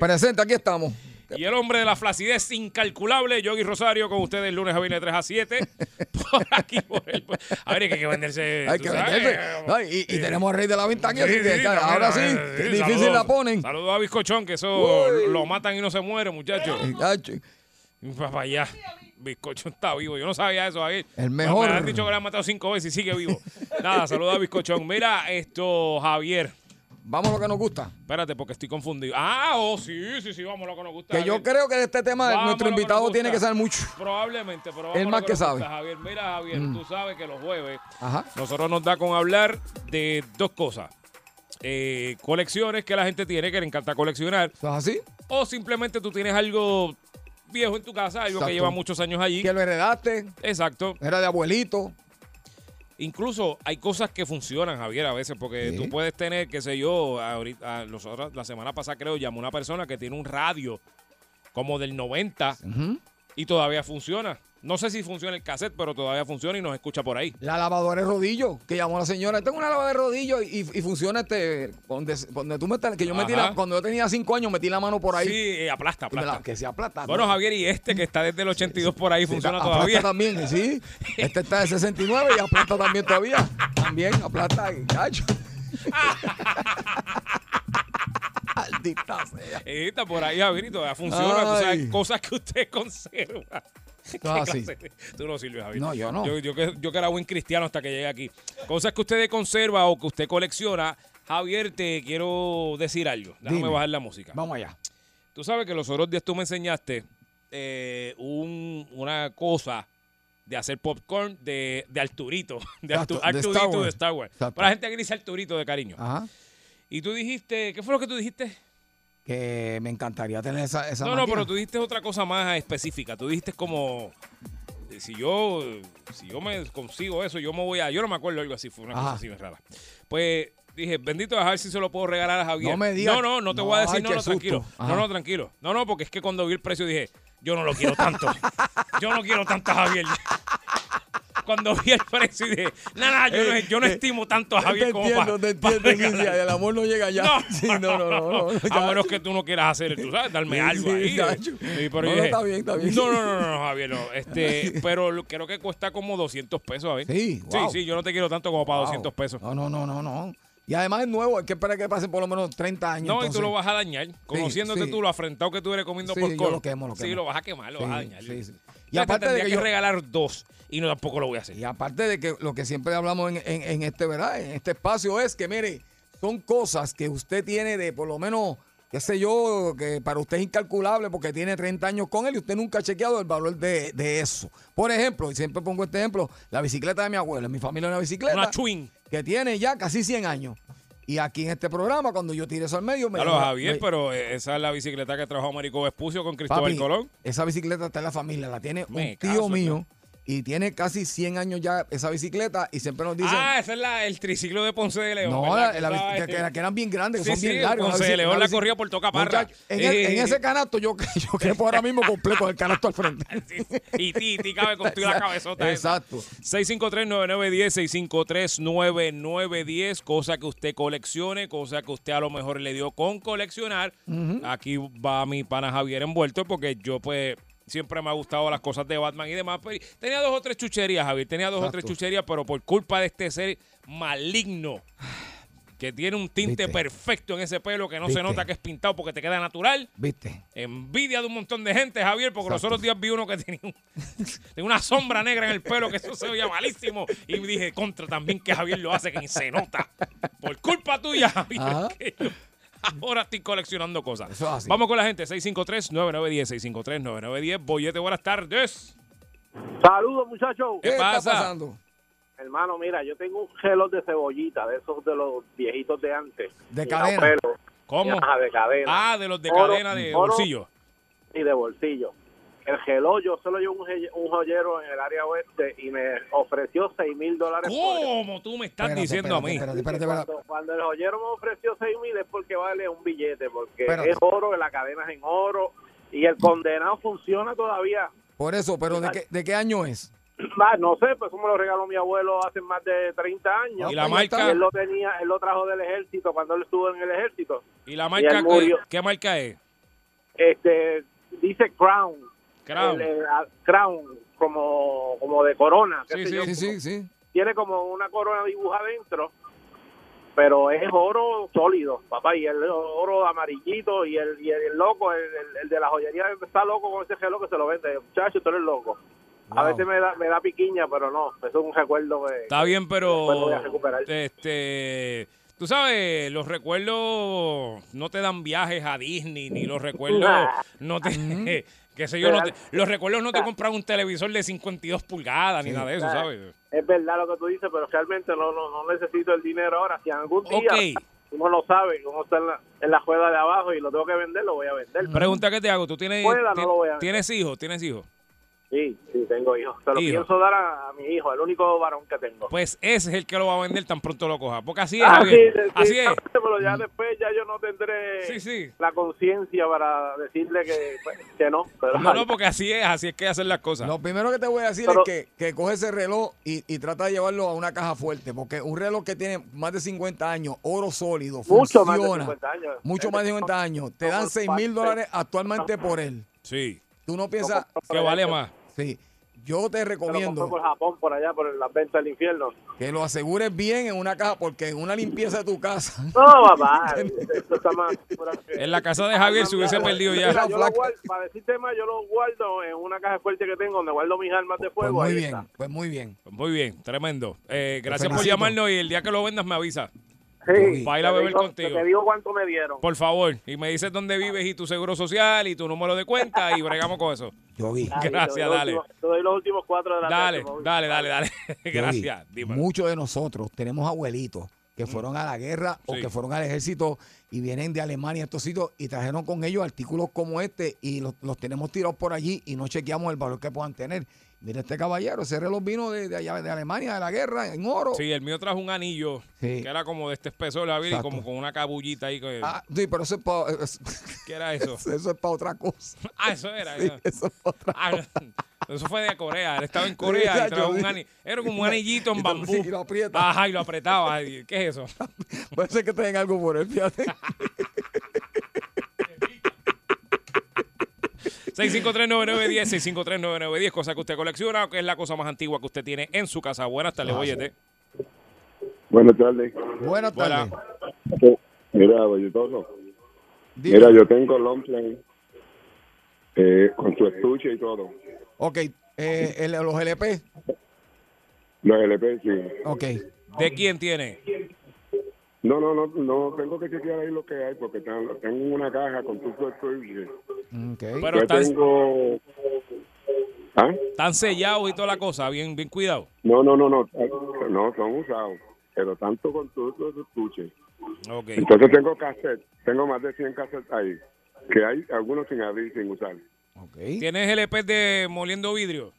Speaker 2: Presente, aquí estamos.
Speaker 3: Y el hombre de la flacidez incalculable, Yogi Rosario, con ustedes lunes a viernes de 3 a 7. Por aquí, por el. A ver, hay que venderse.
Speaker 2: Hay
Speaker 3: tú
Speaker 2: que
Speaker 3: sabes,
Speaker 2: venderse. No, y, y tenemos al rey de la ventana. así que, claro, ahora sí,
Speaker 3: sí,
Speaker 2: difícil
Speaker 3: eh, saludos.
Speaker 2: la ponen.
Speaker 3: Saludos a Bizcochón, que eso lo matan y no se muere, muchachos. Papá, allá. Bizcochón está vivo. Yo no sabía eso, Javier.
Speaker 2: El
Speaker 3: Me-
Speaker 2: mejor.
Speaker 3: Me han dicho que lo han matado cinco veces y sigue vivo. Nada, saludos a Bizcochón. Mira esto, Javier.
Speaker 2: Vamos a lo que nos gusta.
Speaker 3: Espérate, porque estoy confundido. Ah, oh, sí, sí, sí, vamos a lo que nos gusta.
Speaker 2: Que yo
Speaker 3: Javier.
Speaker 2: creo que de este tema
Speaker 3: Vamos
Speaker 2: nuestro
Speaker 3: a lo que
Speaker 2: invitado
Speaker 3: nos
Speaker 2: tiene que
Speaker 3: gusta.
Speaker 2: saber mucho.
Speaker 3: Probablemente, pero vamos
Speaker 2: Él
Speaker 3: a lo
Speaker 2: más que
Speaker 3: nos
Speaker 2: sabe.
Speaker 3: gusta, Javier. Mira, Javier,
Speaker 2: Mm.
Speaker 3: tú sabes que los jueves
Speaker 2: Ajá.
Speaker 3: nosotros nos da con hablar de dos cosas. Eh, colecciones que la gente tiene, que le encanta coleccionar.
Speaker 2: así?
Speaker 3: O simplemente tú tienes algo viejo en tu casa, algo
Speaker 2: Exacto.
Speaker 3: que lleva muchos años allí. Que
Speaker 2: lo heredaste.
Speaker 3: Exacto.
Speaker 2: Era de abuelito.
Speaker 3: Incluso hay cosas que funcionan, Javier, a veces, porque tú puedes tener, qué sé yo, ahorita, a nosotros, la semana pasada creo, llamó una persona que tiene un radio como del 90 y todavía funciona. No sé si funciona el cassette, pero todavía funciona y nos escucha por ahí.
Speaker 2: La lavadora de rodillo, que llamó la señora. Tengo una lavadora de rodillo y, y funciona este. Donde, donde tú metes- que yo metí
Speaker 3: Ajá.
Speaker 2: la- cuando yo tenía cinco años, metí la mano por ahí.
Speaker 3: Sí, eh, aplasta,
Speaker 2: Y me la-
Speaker 3: aplasta.
Speaker 2: que se aplasta.
Speaker 3: Bueno,
Speaker 2: ¿no?
Speaker 3: Javier, y este que está desde el 82 por ahí funciona
Speaker 2: Aplasta
Speaker 3: todavía.
Speaker 2: también, sí. Este está de 69 y aplasta también todavía. También aplasta, gacho. Maldita sea.
Speaker 3: Eh, Está por ahí, Javier, y todavía funciona. Tú
Speaker 2: Ay.
Speaker 3: sabes, cosas que usted conserva.
Speaker 2: así.
Speaker 3: ¿Qué clase de- Tú no sirves, Javier.
Speaker 2: No, yo no.
Speaker 3: Yo, yo que, yo que era buen cristiano hasta que llegué aquí. Cosas que usted conserva o que usted colecciona. Javier, te quiero decir algo. Déjame
Speaker 2: Dime.
Speaker 3: bajar la música.
Speaker 2: Vamos allá.
Speaker 3: Tú sabes que los otros días tú me enseñaste eh, un- una cosa de hacer popcorn de, de Arturito. De,
Speaker 2: Exacto,
Speaker 3: Artu-
Speaker 2: Ah, de Star
Speaker 3: Arturito
Speaker 2: Wars.
Speaker 3: de Star Wars.
Speaker 2: Exacto. Ah.
Speaker 3: Para la gente que dice Arturito de cariño.
Speaker 2: Ajá.
Speaker 3: Y tú dijiste, ¿qué fue lo que tú dijiste?
Speaker 2: Que me encantaría tener esa. esa
Speaker 3: no, no,
Speaker 2: máquina.
Speaker 3: pero tú dijiste otra cosa más específica. Tú dijiste como eh, si yo si yo me consigo eso, yo me voy a yo no me acuerdo algo así, fue una
Speaker 2: Ajá.
Speaker 3: cosa así bien rara. Pues Dije, bendito, a ver si se lo puedo regalar a Javier.
Speaker 2: No me digas-
Speaker 3: No, no, no te
Speaker 2: No,
Speaker 3: voy a decir,
Speaker 2: ay,
Speaker 3: no,
Speaker 2: qué
Speaker 3: no,
Speaker 2: susto.
Speaker 3: tranquilo.
Speaker 2: Ajá.
Speaker 3: No, no, tranquilo. No, no, porque es que cuando vi el precio dije, yo no lo quiero tanto. yo no quiero tanto a Javier. Cuando vi el precio dije, nada, yo, no, yo no estimo tanto a Javier
Speaker 2: Eh, te
Speaker 3: como
Speaker 2: entiendo,
Speaker 3: para.
Speaker 2: te entiendo. sí, sí, el amor no llega ya.
Speaker 3: No,
Speaker 2: Sí, no, no, no. no, ya.
Speaker 3: a menos que tú no quieras hacer, tú sabes, darme
Speaker 2: Sí,
Speaker 3: algo
Speaker 2: sí,
Speaker 3: ahí.
Speaker 2: chacho.
Speaker 3: Sí, pero
Speaker 2: No,
Speaker 3: yo
Speaker 2: no,
Speaker 3: dije,
Speaker 2: está bien, está bien.
Speaker 3: No, no, no, no, no, Javier, no. Este, pero lo- creo que cuesta como 200 pesos, a ver.
Speaker 2: Sí, wow.
Speaker 3: sí, sí, yo no te quiero tanto como para 200 pesos.
Speaker 2: No, no, no, no, no. Y además es nuevo, hay que esperar que pasen por lo menos 30 años.
Speaker 3: No, y
Speaker 2: entonces.
Speaker 3: tú lo vas a dañar. Conociéndote
Speaker 2: sí.
Speaker 3: tú, lo afrentado que tú eres comiendo
Speaker 2: Sí,
Speaker 3: por
Speaker 2: yo
Speaker 3: col.
Speaker 2: lo quemo, lo
Speaker 3: Sí,
Speaker 2: quemo.
Speaker 3: lo vas a quemar, lo
Speaker 2: Sí,
Speaker 3: vas a dañar.
Speaker 2: sí, sí.
Speaker 3: Y aparte de que, regalar dos y no tampoco lo voy a hacer.
Speaker 2: Y aparte de que lo que siempre hablamos en, en- en este, ¿verdad? En este espacio es que, mire, son cosas que usted tiene de por lo menos, qué sé yo, que para usted es incalculable porque tiene 30 años con él y usted nunca ha chequeado el valor de, de eso. Por ejemplo, y siempre pongo este ejemplo, la bicicleta de mi abuela. En mi familia hay una bicicleta.
Speaker 3: Una Twin.
Speaker 2: Que tiene ya casi 100 años. Y aquí en este programa, cuando yo tiré eso al medio, me...
Speaker 3: Claro,
Speaker 2: deja-
Speaker 3: Javier,
Speaker 2: me-
Speaker 3: pero eh, esa es la bicicleta que trabajó Marico Vespucio con Cristóbal
Speaker 2: Papi,
Speaker 3: Colón.
Speaker 2: Esa bicicleta está en la familia, la tiene
Speaker 3: Me
Speaker 2: un tío
Speaker 3: caso,
Speaker 2: mío y tiene casi 100 años ya esa bicicleta y siempre nos dicen...
Speaker 3: ah, esa es la, el triciclo de Ponce de León.
Speaker 2: no,
Speaker 3: ¿verdad?
Speaker 2: la- la bici-
Speaker 3: Esa,
Speaker 2: que-
Speaker 3: eh,
Speaker 2: que, que eran bien grandes, que
Speaker 3: sí,
Speaker 2: son bien
Speaker 3: sí, pues,
Speaker 2: largas. una
Speaker 3: Ponce
Speaker 2: bici-
Speaker 3: de León
Speaker 2: una
Speaker 3: la
Speaker 2: bici-
Speaker 3: corría por Tocaparra.
Speaker 2: Muchacho, En, el- en
Speaker 3: Eh,
Speaker 2: ese canasto yo, yo quepo ahora mismo completo el canasto al frente.
Speaker 3: Y ti, ti cabe con tu y la cabezota. esa.
Speaker 2: Exacto.
Speaker 3: 653-9910, 653-9910, cosa que usted coleccione, cosa que usted a lo mejor le dio con coleccionar.
Speaker 2: Ujú.
Speaker 3: Aquí va mi pana Javier envuelto porque yo pues siempre me ha gustado las cosas de Batman y demás. Pero tenía dos o tres chucherías, Javier, tenía dos o
Speaker 2: Exacto.
Speaker 3: tres chucherías, pero por culpa de este ser maligno que tiene un tinte perfecto en ese pelo que no
Speaker 2: Viste.
Speaker 3: se nota que es pintado porque te queda natural.
Speaker 2: ¿Viste?
Speaker 3: Envidia de un montón de gente, Javier, porque los
Speaker 2: Exacto.
Speaker 3: otros días vi uno que tenía, un- tenía una sombra negra en el pelo, que eso se veía malísimo. Y me dije, contra también que Javier lo hace, que ni se nota. Por culpa tuya, Javier.
Speaker 2: Ajá.
Speaker 3: que yo ahora estoy coleccionando cosas.
Speaker 2: Eso es así.
Speaker 3: Vamos con la gente, 653-9910, 653-9910. Bollete, buenas tardes.
Speaker 15: Saludos, muchachos.
Speaker 3: ¿Qué ¿Qué está pasa?
Speaker 2: pasando?
Speaker 15: Hermano, mira, yo tengo un gelón de cebollita, de esos de los viejitos de antes.
Speaker 2: De
Speaker 15: Ni
Speaker 2: cadena.
Speaker 15: pelo.
Speaker 3: ¿Cómo?
Speaker 15: Ajá, de cadena.
Speaker 3: Ah, de los de
Speaker 15: Oro,
Speaker 3: cadena de
Speaker 15: oro
Speaker 3: bolsillo.
Speaker 15: Y de bolsillo. El gelón, yo solo llevo un, ge- un joyero en el área oeste y me ofreció 6 mil dólares por él.
Speaker 3: ¿Cómo tú me estás diciendo a mí?
Speaker 15: Cuando, cuando el joyero me ofreció 6 mil es porque vale un billete, porque
Speaker 2: Espérate.
Speaker 15: es oro, la cadena es en oro y el condenado funciona todavía.
Speaker 2: Por eso, pero ¿de qué, de qué año es?
Speaker 15: Ah, no sé, pues como lo regaló mi abuelo hace más de 30 años.
Speaker 3: ¿Y la marca?
Speaker 15: Él lo tenía, él lo trajo del ejército cuando él estuvo en el ejército.
Speaker 3: ¿Y la
Speaker 15: Y
Speaker 3: marca?
Speaker 15: él
Speaker 3: qué-
Speaker 15: murió.
Speaker 3: ¿Qué marca es?
Speaker 15: Este, dice Crown.
Speaker 3: Crown.
Speaker 15: El, eh, ah, crown, como, como de corona. qué
Speaker 2: Sí,
Speaker 15: sé
Speaker 2: sí,
Speaker 15: yo,
Speaker 2: sí,
Speaker 15: como-
Speaker 2: sí, sí.
Speaker 15: Tiene como una corona dibujada adentro, pero es oro sólido, papá. Y el oro amarillito y el, y el loco, el, el- el de la joyería está loco con ese reloj que se lo vende. Muchacho, tú eres loco. A
Speaker 3: Wow.
Speaker 15: veces me da, me da piquiña, pero no, eso es un recuerdo que...
Speaker 3: Está bien,
Speaker 15: Después lo voy a
Speaker 3: pero
Speaker 15: recuperar.
Speaker 3: este, tú sabes, los recuerdos no te dan viajes a Disney, ni los recuerdos
Speaker 15: Nah.
Speaker 3: no te, qué sé yo, no te- los recuerdos no te compran un televisor de 52 pulgadas ni nada de eso,
Speaker 15: Ah,
Speaker 3: ¿sabes?
Speaker 15: Es verdad lo que tú dices, pero realmente no, no, no necesito el dinero ahora. Si algún día
Speaker 3: Ok.
Speaker 15: uno lo sabe, uno está en la, en la juega de abajo y lo tengo que vender, lo voy a vender.
Speaker 3: Pregunta que te hago, tú tienes,
Speaker 15: Pueda, Pues no
Speaker 3: ti-
Speaker 15: lo voy a ver.
Speaker 3: tienes hijos, tienes hijos.
Speaker 15: Sí, sí, tengo hijos. Se lo
Speaker 3: Hijo.
Speaker 15: pienso dar a, a mi hijo, el único varón que tengo.
Speaker 3: Pues ese es el que lo va a vender tan pronto lo coja, porque así es,
Speaker 15: Ah,
Speaker 3: Javier,
Speaker 15: sí, sí,
Speaker 3: así
Speaker 15: sí,
Speaker 3: es.
Speaker 15: Pero ya después ya yo no tendré la conciencia para decirle que, pues, que no. Pero,
Speaker 3: No, no, porque así es, así es que hay que hacer las cosas.
Speaker 2: Lo primero que te voy a decir
Speaker 3: Pero-
Speaker 2: es que, que coge ese reloj y, y trata de llevarlo a una caja fuerte, porque un reloj que tiene más de 50 años, oro sólido,
Speaker 15: Mucho más de
Speaker 2: funciona.
Speaker 15: 50 años.
Speaker 2: Mucho más de 50 años. Te dan 6 mil dólares actualmente por él.
Speaker 3: Sí.
Speaker 2: Tú no piensas...
Speaker 3: Que vale más.
Speaker 2: Sí. Yo te
Speaker 15: Se lo compré
Speaker 2: recomiendo
Speaker 15: por Japón, por allá, por las ventas del infierno.
Speaker 2: que lo asegures bien en una caja, porque en una limpieza de tu casa...
Speaker 15: No, papá, esto está más... Ah,
Speaker 3: En la casa de Javier se hubiese perdido ya.
Speaker 15: Mira, yo lo guardo- para decirte más, yo lo guardo en una caja fuerte que tengo donde guardo mis armas de fuego. ahí está.
Speaker 2: pues muy bien.
Speaker 3: Muy bien, tremendo. Eh, gracias por
Speaker 2: felicito.
Speaker 3: llamarnos y el día que lo vendas me avisa.
Speaker 15: Sí.
Speaker 3: Para ir a
Speaker 15: Te
Speaker 3: beber
Speaker 15: digo-
Speaker 3: contigo.
Speaker 15: Te digo cuánto me dieron.
Speaker 3: Por favor, y me dices dónde vives y tu seguro social y tu número de cuenta y bregamos con eso.
Speaker 2: Yo vi.
Speaker 3: Gracias,
Speaker 15: Te doy los
Speaker 3: dale.
Speaker 15: últimos- te doy los últimos cuatro de la
Speaker 3: Dale,
Speaker 15: noche, por favor.
Speaker 3: dale, dale, dale.
Speaker 2: Yogi,
Speaker 3: Gracias. Mm.
Speaker 2: Muchos de nosotros tenemos abuelitos que fueron a la guerra o
Speaker 3: Sí.
Speaker 2: que fueron al ejército y vienen de Alemania a estos sitios y trajeron con ellos artículos como este y los, los tenemos tirados por allí y no chequeamos el valor que puedan tener. Mira este caballero, ese reloj vino de, de allá, de Alemania, de la guerra, en oro.
Speaker 3: Sí, el mío trajo un anillo
Speaker 2: Sí.
Speaker 3: que era como de este espesor, la y
Speaker 2: Exacto.
Speaker 3: como con una cabullita ahí. que-
Speaker 2: Ah, sí, pero eso es para...
Speaker 3: ¿Qué era eso?
Speaker 2: Eso es para otra cosa.
Speaker 3: Ah, eso era.
Speaker 2: Sí,
Speaker 3: eso.
Speaker 2: eso es para otra
Speaker 3: Ah,
Speaker 2: cosa.
Speaker 3: Eso fue de Corea, él estaba en Corea y
Speaker 2: Mira,
Speaker 3: trajo
Speaker 2: yo
Speaker 3: un
Speaker 2: dije-
Speaker 3: ani- Era como un anillito en bambú.
Speaker 2: Y lo aprieta.
Speaker 3: Ajá, y lo apretaba. Ay, ¿Qué es eso?
Speaker 2: Puede ser que tengan algo por él, fíjate.
Speaker 3: 6539910, 6539910, cosa que usted colecciona o que es la cosa más antigua que usted tiene en su casa. Buenas tardes, boyete.
Speaker 16: Buenas tardes.
Speaker 2: Buenas
Speaker 3: tardes.
Speaker 16: Mira, Bellitoso.
Speaker 2: Dime.
Speaker 16: Mira, yo tengo long play eh, con su estuche y todo.
Speaker 2: Ok, eh, el- los LP.
Speaker 16: Los LP, sí.
Speaker 2: Ok.
Speaker 3: ¿De quién tiene?
Speaker 16: No, no, no, no, tengo que chequear ahí lo que hay porque tengo tengo una caja con todo su estuche.
Speaker 3: Pero
Speaker 16: yo
Speaker 3: están-
Speaker 16: tengo... ¿Ah?
Speaker 3: Están sellados y toda la cosa, bien, bien cuidado.
Speaker 16: No, no, no, no, no, son usados, pero tanto con todo su estuche.
Speaker 3: Ok.
Speaker 16: Entonces tengo cassettes, tengo más de 100 cassettes ahí, que hay algunos sin abrir, sin usar.
Speaker 3: ¿Tienes LP de moliendo vidrio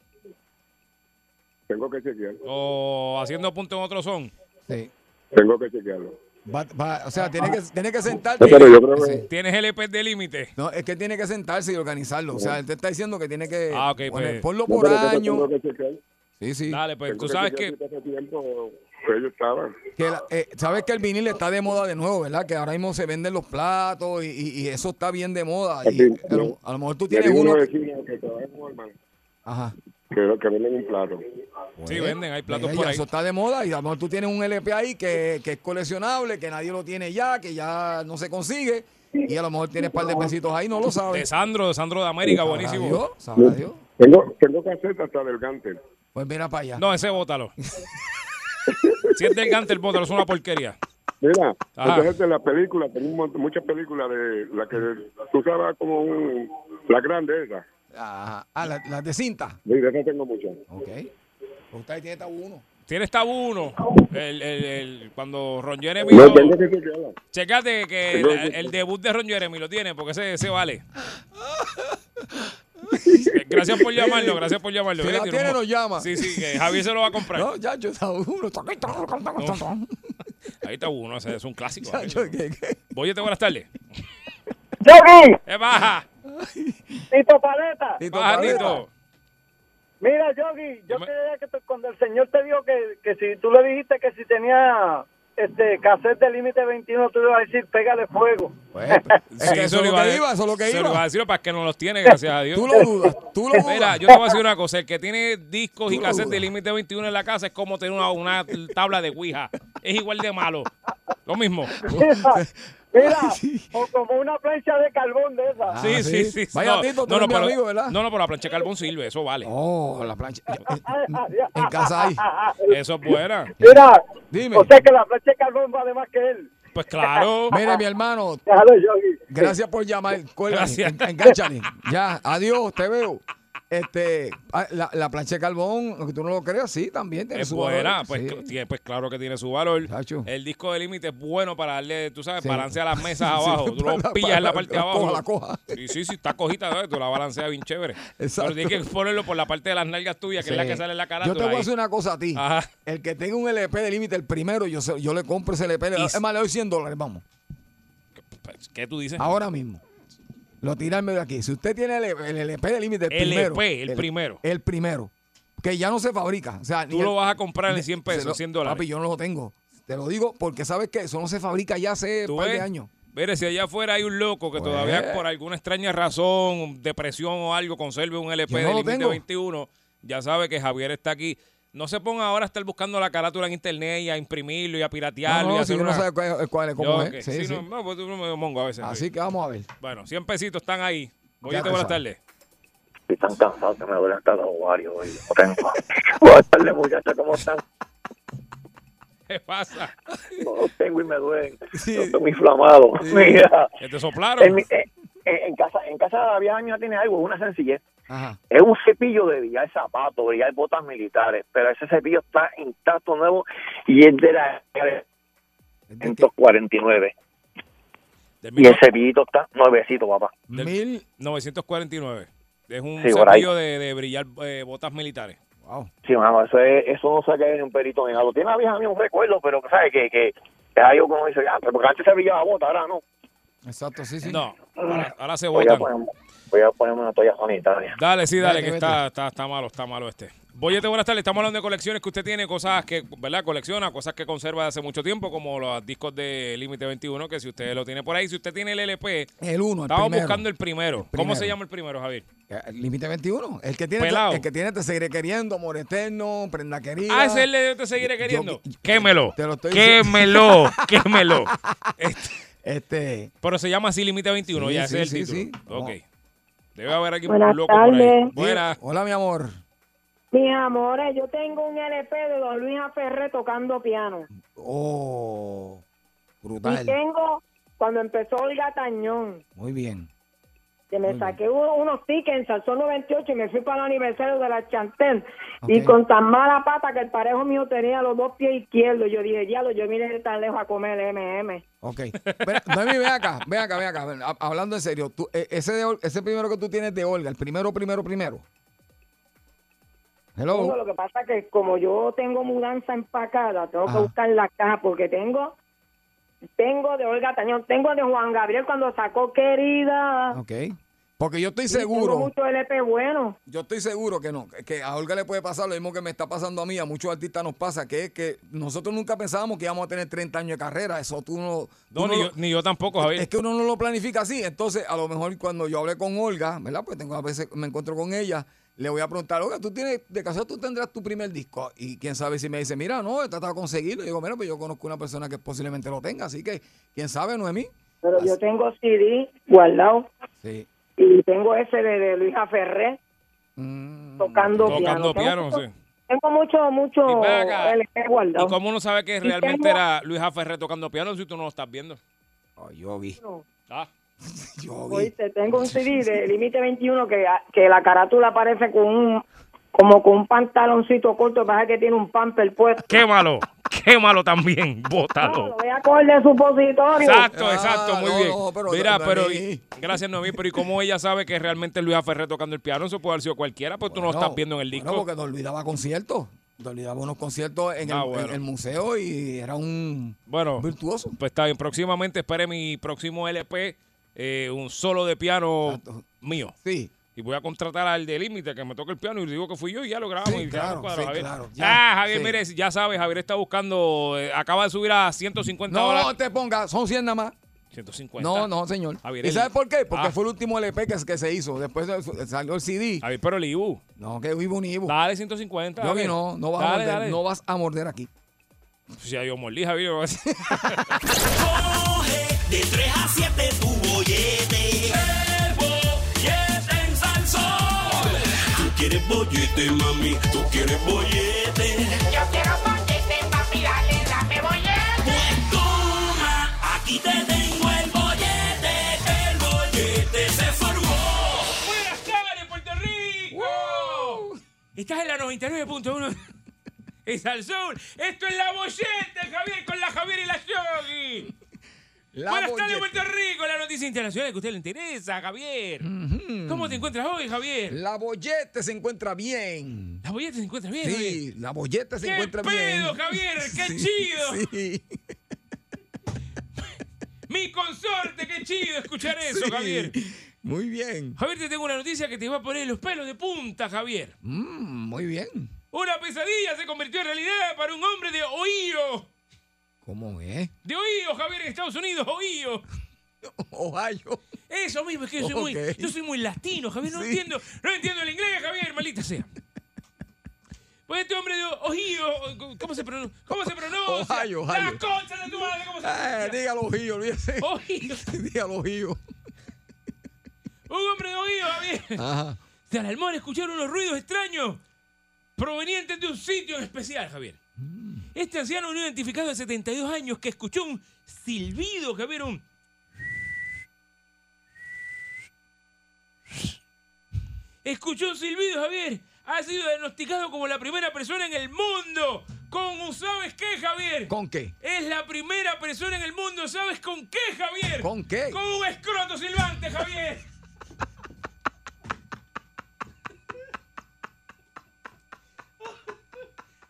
Speaker 16: Tengo que chequear,
Speaker 3: o haciendo punto en otro son?
Speaker 2: Sí.
Speaker 16: tengo que chequearlo.
Speaker 2: Va- va- o sea, tiene que, tiene que sentarte.
Speaker 16: Pero yo creo que-
Speaker 2: Sí.
Speaker 3: ¿Tienes LP de límite?
Speaker 2: No, es que tiene que sentarse y organizarlo. O sea, él te está diciendo que tiene que
Speaker 3: Ah, ok, pues.
Speaker 2: ponlo
Speaker 3: No,
Speaker 2: por
Speaker 3: pero que te
Speaker 2: año.
Speaker 3: tengo
Speaker 16: que chequear.
Speaker 2: Sí, sí.
Speaker 3: Dale, pues
Speaker 16: Tengo
Speaker 3: tú sabes
Speaker 16: chequear
Speaker 3: que...
Speaker 16: si hace tiempo que ellos estaban.
Speaker 2: Que la- eh, sabes que el vinil está de moda de nuevo, ¿verdad? Que ahora mismo se venden los platos y, y- y eso está bien de moda. Y
Speaker 16: Así,
Speaker 2: a, lo, a lo mejor tú
Speaker 16: Me
Speaker 2: tienes
Speaker 16: dijo
Speaker 2: uno.
Speaker 16: una vecina que trabaja en Walmart,
Speaker 2: Ajá.
Speaker 16: que, que venden un plato.
Speaker 3: Sí, venden, hay platos
Speaker 2: Mira,
Speaker 3: por
Speaker 2: pues, ya
Speaker 3: ahí.
Speaker 2: Eso está de moda y a lo mejor tú tienes un LP ahí que, que es coleccionable, que nadie lo tiene ya, que ya no se consigue. Y a lo mejor tienes un par de pesitos ahí, no lo
Speaker 3: De
Speaker 2: sabes.
Speaker 3: Sandro, de Sandro de América,
Speaker 2: Sabrá
Speaker 3: buenísimo.
Speaker 2: Dios, sabrá Dios.
Speaker 16: Tengo, tengo casetas hasta del Gantel.
Speaker 2: Pues mira para allá.
Speaker 3: No, ese bótalo. si es del Gantel, bótalo, es una porquería.
Speaker 16: Mira,
Speaker 2: Ah.
Speaker 3: Ajá.
Speaker 16: entonces de las películas, tengo un montón- muchas películas de la que tú sabes como un, la grande esa.
Speaker 2: Ajá. Ah, la- las de cinta.
Speaker 16: Sí, de esas tengo muchas.
Speaker 2: Ok. Pues Usted tiene esta uno.
Speaker 3: Tienes tabú uno. El, el, el- cuando Ron Jeremy.
Speaker 16: No,
Speaker 3: lo-
Speaker 16: tengo que chequearla.
Speaker 3: Checate que el,
Speaker 16: Tengo que-
Speaker 3: el debut de Ron Jeremy lo tiene, porque ese, ese vale. Eh, Gracias por llamarlo, gracias por llamarlo.
Speaker 2: Si
Speaker 3: Oye,
Speaker 2: la
Speaker 3: tiene
Speaker 2: tiene,
Speaker 3: un mo-
Speaker 2: nos llama.
Speaker 3: Sí, sí, que Javier se lo va a comprar.
Speaker 2: No, ya yo estaba uno.
Speaker 3: Ahí está uno, ese es un clásico.
Speaker 2: Ya, yo- ¿qué,
Speaker 3: Voy, te buenas tardes.
Speaker 6: ¡Yogi!
Speaker 3: ¡Eh, baja!
Speaker 6: Tito Paleta.
Speaker 3: ¡Baja, Tito!
Speaker 6: Mira, Yogi, yo creía que tú- cuando el señor te dijo que, que si tú le dijiste que si tenía este cassette de límite 21, tú le ibas a decir, pégale fuego.
Speaker 2: Es que eso es lo
Speaker 3: iba a
Speaker 2: que
Speaker 3: de-
Speaker 2: iba, eso es lo que
Speaker 3: se
Speaker 2: iba.
Speaker 3: iba a decir para que no los tiene, gracias a Dios.
Speaker 2: Tú lo dudas, tú lo
Speaker 3: Mira,
Speaker 2: dudas.
Speaker 3: yo te voy a decir una cosa. El que tiene discos y
Speaker 2: Tú lo
Speaker 3: cassettes de
Speaker 2: dudas.
Speaker 3: límite 21 en la casa es como tener una, una tabla de Ouija. Es igual de malo. Lo mismo.
Speaker 6: Mira, o como una plancha de carbón de esa.
Speaker 3: Ah, sí, sí, sí.
Speaker 2: Ah, Vaya, Tito, tú eres mi
Speaker 3: pero,
Speaker 2: amigo, ¿verdad?
Speaker 3: No, no, pero la plancha de carbón sirve. Eso vale.
Speaker 2: Oh, la plancha.
Speaker 6: ah,
Speaker 2: En casa ahí.
Speaker 3: Eso es buena.
Speaker 6: Mira,
Speaker 2: Dime.
Speaker 6: ah, o sea que la plancha de carbón vale más que él.
Speaker 3: Pues claro.
Speaker 2: Mire, mi hermano.
Speaker 6: Déjalo, Yogi.
Speaker 2: Gracias por llamar.
Speaker 3: Gracias.
Speaker 2: Gracias. Engánchale. Ya, adiós, te veo. Este, ah, la, la plancha de carbón, aunque tú no lo creas, sí, también tiene
Speaker 3: Es
Speaker 2: su
Speaker 3: buena,
Speaker 2: valor.
Speaker 3: pues,
Speaker 2: Sí.
Speaker 3: cl- tiene- pues claro que tiene su valor. El disco de límite es bueno para darle, tú sabes,
Speaker 2: Sí.
Speaker 3: balancear las mesas
Speaker 2: Sí,
Speaker 3: abajo. tú lo
Speaker 2: para-
Speaker 3: pillas en la
Speaker 2: para-
Speaker 3: parte de
Speaker 2: la
Speaker 3: abajo.
Speaker 2: coja, la coja.
Speaker 3: Sí, sí, sí, está cojita, ¿sabes? tú la balanceas bien chévere.
Speaker 2: Exacto.
Speaker 3: Pero tienes que ponerlo por la parte de las nalgas tuyas, que es la que sale en la cara.
Speaker 2: Yo te voy a hacer una cosa a ti. El que tenga un LP de límite, el primero, yo, se- yo le compro ese LP.
Speaker 3: Y-
Speaker 2: Es más, le doy 100 dólares, vamos.
Speaker 3: Pues, ¿Qué tú dices?
Speaker 2: Ahora mismo. Lo tira al medio aquí. Si usted tiene el, el LP de límite, el
Speaker 3: LP,
Speaker 2: primero.
Speaker 3: el primero.
Speaker 2: El primero. Que ya no se fabrica. O sea,
Speaker 3: Tú
Speaker 2: ni
Speaker 3: lo
Speaker 2: el-
Speaker 3: vas a comprar en 100
Speaker 2: se
Speaker 3: pesos,
Speaker 2: lo-
Speaker 3: 100 dólares.
Speaker 2: Papi, yo no lo tengo. Te lo digo porque sabes que eso no se fabrica ya hace
Speaker 3: ¿Tú
Speaker 2: un par de
Speaker 3: ves?
Speaker 2: años. Eh.
Speaker 3: Mire, si allá afuera hay un loco que todavía por alguna extraña razón, depresión o algo, conserve un LP
Speaker 2: Yo no
Speaker 3: de
Speaker 2: lo
Speaker 3: límite
Speaker 2: tengo.
Speaker 3: 21, ya sabe que Javier está aquí. No se ponga ahora a estar buscando la carátula en internet y a imprimirlo y a
Speaker 2: No,
Speaker 3: piratearlo.
Speaker 2: no,
Speaker 3: y
Speaker 2: si
Speaker 3: a hacer
Speaker 2: uno
Speaker 3: una-
Speaker 2: sabe cuál, cuál es, cómo
Speaker 3: Yo,
Speaker 2: es.
Speaker 3: ok.
Speaker 2: Sí,
Speaker 3: Sí,
Speaker 2: sí.
Speaker 3: no, no, pues, tú no me mongo a veces.
Speaker 2: Así que vamos a ver.
Speaker 3: Bueno, 100 pesitos están ahí.
Speaker 2: Ya
Speaker 3: Oye,
Speaker 2: tú
Speaker 3: buenas
Speaker 2: sabes.
Speaker 3: tardes.
Speaker 15: Estoy tan cansado que me duele hasta los ovarios hoy. No tengo. Buenas tardes, muchachos, ¿cómo están?
Speaker 3: ¿Qué pasa?
Speaker 15: No los tengo y me duelen.
Speaker 2: Sí.
Speaker 15: Yo estoy inflamado. Mira.
Speaker 3: Que te soplaron.
Speaker 15: En, mi- eh, eh, en casa, en casa había años tiene algo, una sencillez.
Speaker 2: Ajá.
Speaker 15: Es un cepillo de brillar zapatos, brillar botas militares, pero ese cepillo está intacto, nuevo, y es de la 149.
Speaker 3: Del
Speaker 15: Y
Speaker 3: mil-
Speaker 15: el cepillito está nuevecito, papá.
Speaker 3: del 949. Es un
Speaker 15: Sí, por ahí.
Speaker 3: cepillo de, de brillar eh, botas militares. Wow.
Speaker 15: Sí, mamá, eso, es- eso no se cae ni un perito ni algo. Tiene la vieja mía un recuerdo, pero ¿sabes que Que, que hay algo que uno dice, ah, pero porque antes se brillaba bota, ahora no.
Speaker 2: Exacto, sí, sí.
Speaker 3: No, ahora, ahora se
Speaker 15: Voy a,
Speaker 3: botan.
Speaker 17: pues,
Speaker 15: ponerme, voy a ponerme una toalla sanitaria.
Speaker 3: Dale, sí, dale,
Speaker 15: Vete,
Speaker 3: que
Speaker 15: vete.
Speaker 3: está, está, está malo, está malo este. Boyete, buenas tardes. Estamos hablando de colecciones que usted tiene, cosas que, ¿verdad? Colecciona, cosas que conserva de hace mucho tiempo, como los discos de Límite 21, que si usted lo tiene por ahí, si usted tiene el LP.
Speaker 2: El uno, el
Speaker 3: Estamos
Speaker 2: primero.
Speaker 3: buscando el primero. ¿Cómo
Speaker 2: primero.
Speaker 3: se llama el primero, Javier?
Speaker 2: Eh, Límite 21. El que tiene,
Speaker 3: Pelao.
Speaker 2: el que tiene te seguiré queriendo, amor eterno, prenda querida.
Speaker 3: Ah, ese es el de te seguiré queriendo. Quémelo.
Speaker 2: Te lo estoy
Speaker 3: Quémelo,
Speaker 2: diciendo.
Speaker 3: quémelo.
Speaker 2: Este.
Speaker 3: Pero se llama así Límite 21,
Speaker 2: Sí,
Speaker 3: ya
Speaker 2: sí,
Speaker 3: ese es
Speaker 2: sí,
Speaker 3: el título.
Speaker 2: sí.
Speaker 3: Ok. Debe haber aquí
Speaker 17: Buenas
Speaker 3: un loco por ahí.
Speaker 17: tardes.
Speaker 3: Buenas.
Speaker 2: Hola, mi amor.
Speaker 18: Mis amores, eh, yo tengo un LP de Don Luis Aferré tocando piano.
Speaker 2: Oh,
Speaker 18: Y
Speaker 2: brutal.
Speaker 18: tengo cuando empezó Olga Tañón,
Speaker 2: Muy bien.
Speaker 18: que me
Speaker 2: Muy bien.
Speaker 18: saqué uno- unos tickets en Salsón 98 y me fui para el aniversario de la Chantén. Y
Speaker 2: Ok.
Speaker 18: con tan mala pata que el parejo mío tenía los dos pies izquierdos. Yo dije, diablo, yo vine de tan lejos a comer MM.
Speaker 2: Ok. Ven, Noemi, ven acá, ven acá, ven acá. Ven, ha- Hablando en serio, tú, eh, ese, de Ol- ese primero que tú tienes de Olga, el primero, primero, primero.
Speaker 18: Tengo,
Speaker 3: Oh.
Speaker 2: Hello.
Speaker 18: Lo que pasa es que como yo tengo mudanza empacada, tengo
Speaker 2: Ajá.
Speaker 18: que buscar la caja porque tengo tengo de Olga Tañón, tengo de Juan Gabriel cuando sacó Querida.
Speaker 3: Ah,
Speaker 2: Ok. Porque yo estoy
Speaker 18: Sí, tengo
Speaker 2: seguro,
Speaker 18: mucho LP bueno.
Speaker 2: yo estoy seguro que no, que a Olga le puede pasar lo mismo que me está pasando a mí, a muchos artistas nos pasa, que es que nosotros nunca pensábamos que íbamos a tener 30 años de carrera, eso tú no... tú
Speaker 3: No,
Speaker 2: no
Speaker 3: ni,
Speaker 2: lo-
Speaker 3: yo, ni yo tampoco, Javier.
Speaker 2: Es que uno no lo planifica así. Entonces, a lo mejor cuando yo hablé con Olga, ¿verdad? Pues tengo a veces me encuentro con ella, le voy a preguntar, Olga, tú tienes, de casa tú tendrás tu primer disco. Y quién sabe si me dice, mira, no, he tratado de conseguirlo. Y digo, bueno, pues yo conozco una persona que posiblemente lo tenga, así que, quién sabe, Noemí.
Speaker 18: Pero yo tengo CD guardado
Speaker 2: Sí.
Speaker 18: y tengo ese de, de Luisa Ferré
Speaker 2: Mm,
Speaker 18: tocando, piano.
Speaker 3: Mm, Tocando piano,
Speaker 18: tengo,
Speaker 3: sí.
Speaker 18: Tengo mucho, mucho
Speaker 3: Ven acá.
Speaker 18: LP guardado.
Speaker 3: ¿Y cómo uno sabe que
Speaker 18: Y
Speaker 3: realmente
Speaker 18: tengo-
Speaker 3: era Luis Aferré tocando piano si tú no lo estás viendo?
Speaker 2: yo vi.
Speaker 3: Ah.
Speaker 2: yo
Speaker 18: Oíste, tengo un CD de Límite 21 que, que la carátula parece con un como con un pantaloncito corto, pasa que tiene un pamper puesto. Ah,
Speaker 3: Quémalo, quémalo también, bótalo.
Speaker 18: Voy a coger supositorio.
Speaker 3: Exacto, exacto, muy
Speaker 2: no,
Speaker 3: bien.
Speaker 2: no, pero
Speaker 3: Mira,
Speaker 2: no,
Speaker 3: Ah, pero
Speaker 2: no,
Speaker 3: y- gracias Noemí, pero ¿y cómo ella sabe que realmente es Luis Aferré tocando el piano? Eso puede haber sido cualquiera, pues tú no lo estás viendo en el disco.
Speaker 2: No, porque nos olvidaba conciertos. Nos olvidaba unos conciertos en,
Speaker 3: Ah,
Speaker 2: el,
Speaker 3: bueno.
Speaker 2: en el museo y era un...
Speaker 3: Bueno,
Speaker 2: virtuoso.
Speaker 3: Pues está bien, próximamente espere mi próximo LP, eh, un solo de piano mío.
Speaker 2: Sí.
Speaker 3: Y voy a contratar al de límite que me toque el piano y digo que fui yo y ya lo grabamos.
Speaker 2: Sí,
Speaker 3: y
Speaker 2: claro,
Speaker 3: quedamos cuadrados,
Speaker 2: sí,
Speaker 3: Javier.
Speaker 2: claro, ya,
Speaker 3: ah, Javier,
Speaker 2: sí.
Speaker 3: mire, ya sabes, Javier está buscando, eh, acaba de subir a 150
Speaker 2: No,
Speaker 3: dólares.
Speaker 2: no te pongas, son 100 nada más.
Speaker 3: 150.
Speaker 2: No, no, señor.
Speaker 3: Javier,
Speaker 2: ¿Y
Speaker 3: el-
Speaker 2: sabes por qué? Porque
Speaker 3: Ah.
Speaker 2: fue el último LP que, que se hizo. Después de- salió el CD.
Speaker 3: Javier, pero el IBU.
Speaker 2: No, que IBU ni IBU.
Speaker 3: Dale 150.
Speaker 2: Uh. Yo
Speaker 3: Javier.
Speaker 2: vi, no, no vas,
Speaker 3: Dale,
Speaker 2: a morder,
Speaker 3: dale.
Speaker 2: no vas a morder aquí.
Speaker 3: Pues ya yo mordí, Javier.
Speaker 1: De 3 a 7 tu bollete. El bollete en Salsón.
Speaker 14: Tú quieres bollete, mami, tú quieres bollete.
Speaker 1: Yo quiero bollete, papi, dale, dame bollete. Pues toma, aquí te tengo el bollete. El bollete se formó.
Speaker 3: ¡Buenas tardes, Puerto Rico! Estás en la 99.1 es al sol. Esto es la bollete, Javier, con la Javier y la Yogi.
Speaker 1: La
Speaker 3: Buenas tardes,
Speaker 1: Bollete.
Speaker 3: Puerto Rico. La noticia internacional que a usted le interesa, Javier. ¿Cómo te encuentras hoy, Javier?
Speaker 2: La bollete se encuentra bien.
Speaker 3: La bollete se encuentra bien.
Speaker 2: Sí, la bollete se encuentra
Speaker 3: ¡Qué
Speaker 2: bien.
Speaker 3: pedo, Javier! ¡Qué
Speaker 2: Sí,
Speaker 3: chido!
Speaker 2: sí.
Speaker 3: Mi consorte, qué chido escuchar eso,
Speaker 2: Sí.
Speaker 3: Javier.
Speaker 2: Muy bien.
Speaker 3: Javier, te tengo una noticia que te va a poner los pelos de punta, Javier.
Speaker 2: Mm, muy bien.
Speaker 3: Una pesadilla se convirtió en realidad para un hombre de Ohio.
Speaker 2: ¿Cómo es?
Speaker 3: De Ohio, Javier, en Estados Unidos, Ohio.
Speaker 2: Ohio.
Speaker 3: Eso mismo, es que yo soy, muy,
Speaker 1: Ok.
Speaker 3: yo soy muy latino, Javier. No entiendo no entiendo el inglés, Javier, malita sea. Pues este hombre de Ohio, ¿cómo se pronuncia? ¿Cómo se pronuncia?
Speaker 2: Ohio,
Speaker 3: La
Speaker 2: Ohio.
Speaker 3: concha de tu madre, ¿cómo se
Speaker 2: Eh,
Speaker 3: pronuncia?
Speaker 2: dígalo, Ohio, olvídese.
Speaker 3: Ohio.
Speaker 2: dígalo, Ohio.
Speaker 3: Un hombre de Ohio, Javier.
Speaker 2: Ajá.
Speaker 3: De Alalmón escucharon unos ruidos extraños provenientes de un sitio en especial, Javier. Este anciano no identificado de 72 años que escuchó un silbido, Javier, un... Escuchó un silbido, Javier. Ha sido diagnosticado como la primera persona en el mundo con un... ¿Sabes qué, Javier?
Speaker 2: ¿Con qué?
Speaker 3: Es la primera persona en el mundo, ¿sabes con qué, Javier?
Speaker 2: ¿Con qué?
Speaker 3: Con un escroto silbante, Javier.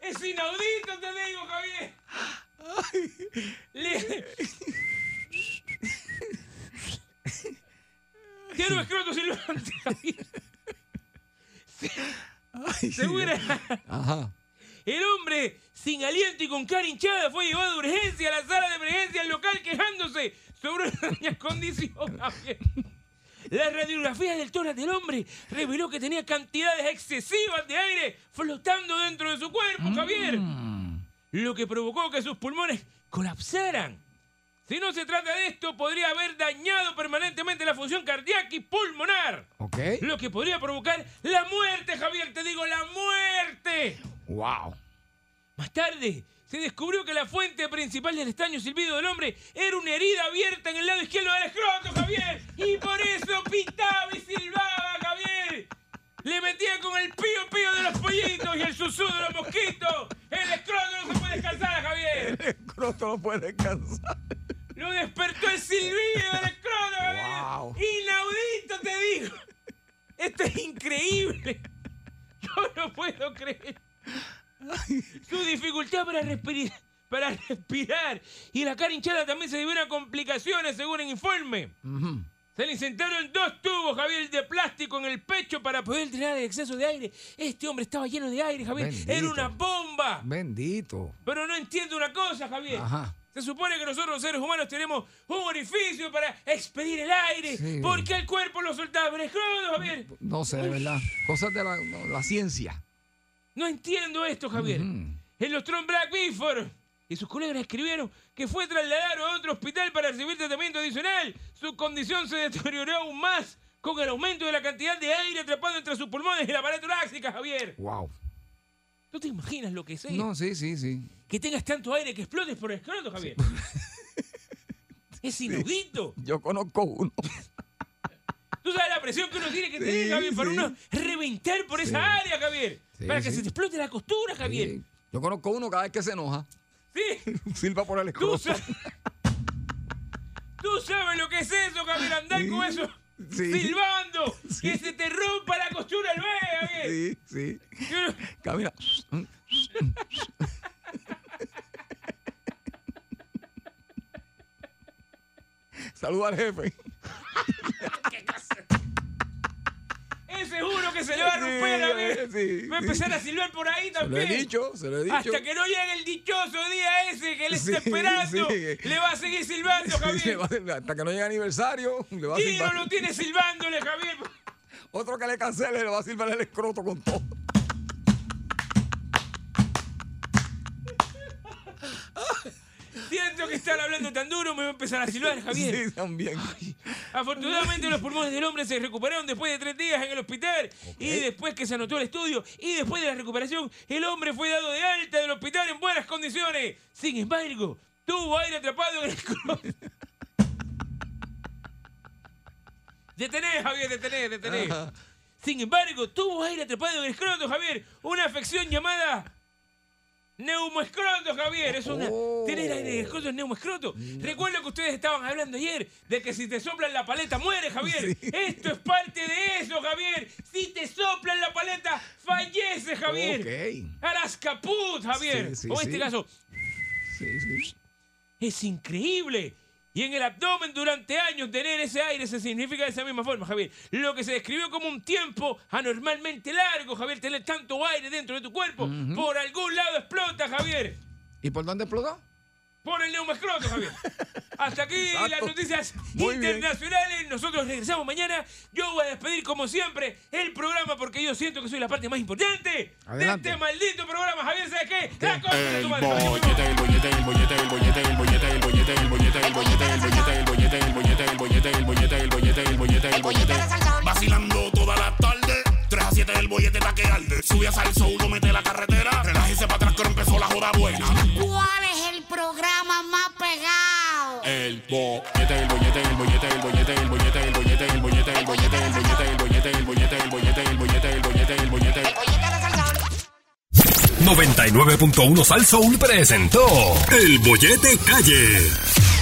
Speaker 3: es inaudito, te digo, Javier. Le- Tiene un escroto silbante, Javier. Se- Se muere.
Speaker 19: Ajá.
Speaker 3: El hombre, sin aliento y con cara hinchada, fue llevado de urgencia a la sala de emergencia del local quejándose sobre una condición. Javier. La radiografía del tórax del hombre reveló que tenía cantidades excesivas de aire flotando dentro de su cuerpo, Javier.
Speaker 19: Mm.
Speaker 3: Lo que provocó que sus pulmones colapsaran. Si no se trata de esto, podría haber dañado permanentemente la función cardíaca y pulmonar.
Speaker 19: Ok.
Speaker 3: Lo que podría provocar la muerte, Javier, te digo, la muerte.
Speaker 19: Wow.
Speaker 3: Más tarde, se descubrió que la fuente principal del estaño silbido del hombre era una herida abierta en el lado izquierdo del escroto, Javier. Y por eso pitaba y silbaba, Javier. Le metía con el pío pío de los pollitos y el susú de los mosquitos. El escroto no se puede descansar, Javier.
Speaker 19: El escroto no puede descansar.
Speaker 3: Lo despertó el silbido del escroto, Javier.
Speaker 19: Wow.
Speaker 3: Inaudito, te digo. Esto es increíble. Yo no puedo creer. Su dificultad para respirar, para respirar y la cara hinchada también se debieron a complicaciones, según el informe. Se le insertaron dos tubos, Javier, de plástico en el pecho para poder drenar el exceso de aire. Este hombre estaba lleno de aire, Javier. Era
Speaker 19: Bendito.
Speaker 3: una bomba.
Speaker 19: Bendito.
Speaker 3: Pero no entiendo una cosa, Javier.
Speaker 19: Ajá.
Speaker 3: Se supone que nosotros los seres humanos tenemos un orificio para expedir el aire.
Speaker 19: Sí.
Speaker 3: ¿Por qué el cuerpo lo soltaba? Pero es crudo, Javier.
Speaker 19: No sé, de verdad. Cosas de la, no, la ciencia.
Speaker 3: No entiendo esto, Javier. El Nostrum Black Bifor y sus colegas escribieron que fue trasladado a otro hospital para recibir tratamiento adicional. Su condición se deterioró aún más con el aumento de la cantidad de aire atrapado entre sus pulmones y la pared torácica, Javier.
Speaker 19: Wow.
Speaker 3: ¿Tú te imaginas lo que es eso?
Speaker 19: No, sí, sí, sí.
Speaker 3: Que tengas tanto aire que explotes por el escroto, Javier. es inaudito.
Speaker 19: Yo conozco uno.
Speaker 3: Tú sabes la presión que uno tiene que tener,
Speaker 19: Sí,
Speaker 3: Javier, para
Speaker 19: sí.
Speaker 3: uno reventar por
Speaker 19: Sí.
Speaker 3: esa área, Javier.
Speaker 19: Sí,
Speaker 3: para que
Speaker 19: sí.
Speaker 3: se te explote la costura, Javier.
Speaker 19: Sí. Yo conozco uno cada vez que se enoja.
Speaker 3: Sí.
Speaker 19: Silva por el
Speaker 3: Tú
Speaker 19: escroto.
Speaker 3: sabes, tú sabes lo que es eso, Javier, andar con eso
Speaker 19: Sí.
Speaker 3: silbando, que se te rompa la costura al bebé, Javier.
Speaker 19: Sí, sí.
Speaker 3: Yo no-
Speaker 19: Camina. Saluda al jefe.
Speaker 3: Ese es uno que se le va a romper,
Speaker 19: Sí,
Speaker 3: Javier.
Speaker 19: sí,
Speaker 3: va a
Speaker 19: sí.
Speaker 3: empezar a silbar por ahí
Speaker 19: Se lo
Speaker 3: también.
Speaker 19: he dicho, se lo he dicho.
Speaker 3: Hasta que no llegue el dichoso día ese que él está
Speaker 19: Sí,
Speaker 3: esperando,
Speaker 19: sí.
Speaker 3: le va a seguir silbando,
Speaker 19: Sí,
Speaker 3: Javier.
Speaker 19: le va a hacer- hasta que no llegue aniversario, le va a
Speaker 3: Tiro
Speaker 19: silbar.
Speaker 3: lo tiene silbándole, Javier.
Speaker 19: Otro que le cancele, le va a silbar el escroto con todo.
Speaker 3: Siento que estar hablando tan duro me va a empezar a silbar, Javier.
Speaker 19: Sí, también.
Speaker 3: Afortunadamente los pulmones del hombre se recuperaron después de tres días en el hospital y después que se anotó el estudio y después de la recuperación el hombre fue dado de alta del hospital en buenas condiciones. Sin embargo, tuvo aire atrapado en el escroto. Detené, Javier, detené, detené.
Speaker 19: Ajá.
Speaker 3: Sin embargo, tuvo aire atrapado en el escroto, Javier. Una afección llamada Neumoescroto, Javier. Es una. Tener aire de escroto es neumoescroto. Recuerdo que ustedes estaban hablando ayer de que si te soplan la paleta, muere, Javier. Esto es parte de eso, Javier. Si te soplan la paleta, fallece, Javier. Harás caput, Javier.
Speaker 19: Sí, sí,
Speaker 3: o en
Speaker 19: sí.
Speaker 3: este caso,
Speaker 19: Sí, sí.
Speaker 3: es increíble. Y en el abdomen durante años tener ese aire se significa de esa misma forma, Javier. Lo que se describió como un tiempo anormalmente largo, Javier, tener tanto aire dentro de tu cuerpo. Por algún lado explota, Javier.
Speaker 19: ¿Y por dónde explotó?
Speaker 3: Por el neumescroto, Javier. Hasta aquí las noticias
Speaker 19: Muy bien.
Speaker 3: internacionales. Nosotros regresamos mañana. Yo voy a despedir, como siempre, el programa porque yo siento que soy la parte más importante
Speaker 8: Adelante.
Speaker 3: de este maldito programa. Javier, ¿sabes qué? La concha de tu
Speaker 8: El
Speaker 3: madre.
Speaker 8: bollete, el bollete, el bollete, el bollete, el bollete, el bollete, el bollete, el bollete, el bollete, el bollete, el bollete, el bollete, el bollete, el bollete, el bollete, el bollete. Vacilando toda la tarde, 3 a 7 el bollete está que arde. Sube a salso, uno mete la carretera, relájese para atrás que ahora empezó la joda buena.
Speaker 14: ¿Cuál es el programa más pegado?
Speaker 8: El bollete, el bollete, el bollete, el bollete, el bollete, el bollete, el bollete, el bollete, el bollete, el bollete, el bollete, el bollete, el bollete, el bollete, el bollete.
Speaker 20: 99.1 Sal Soul presentó El Bollete Calle.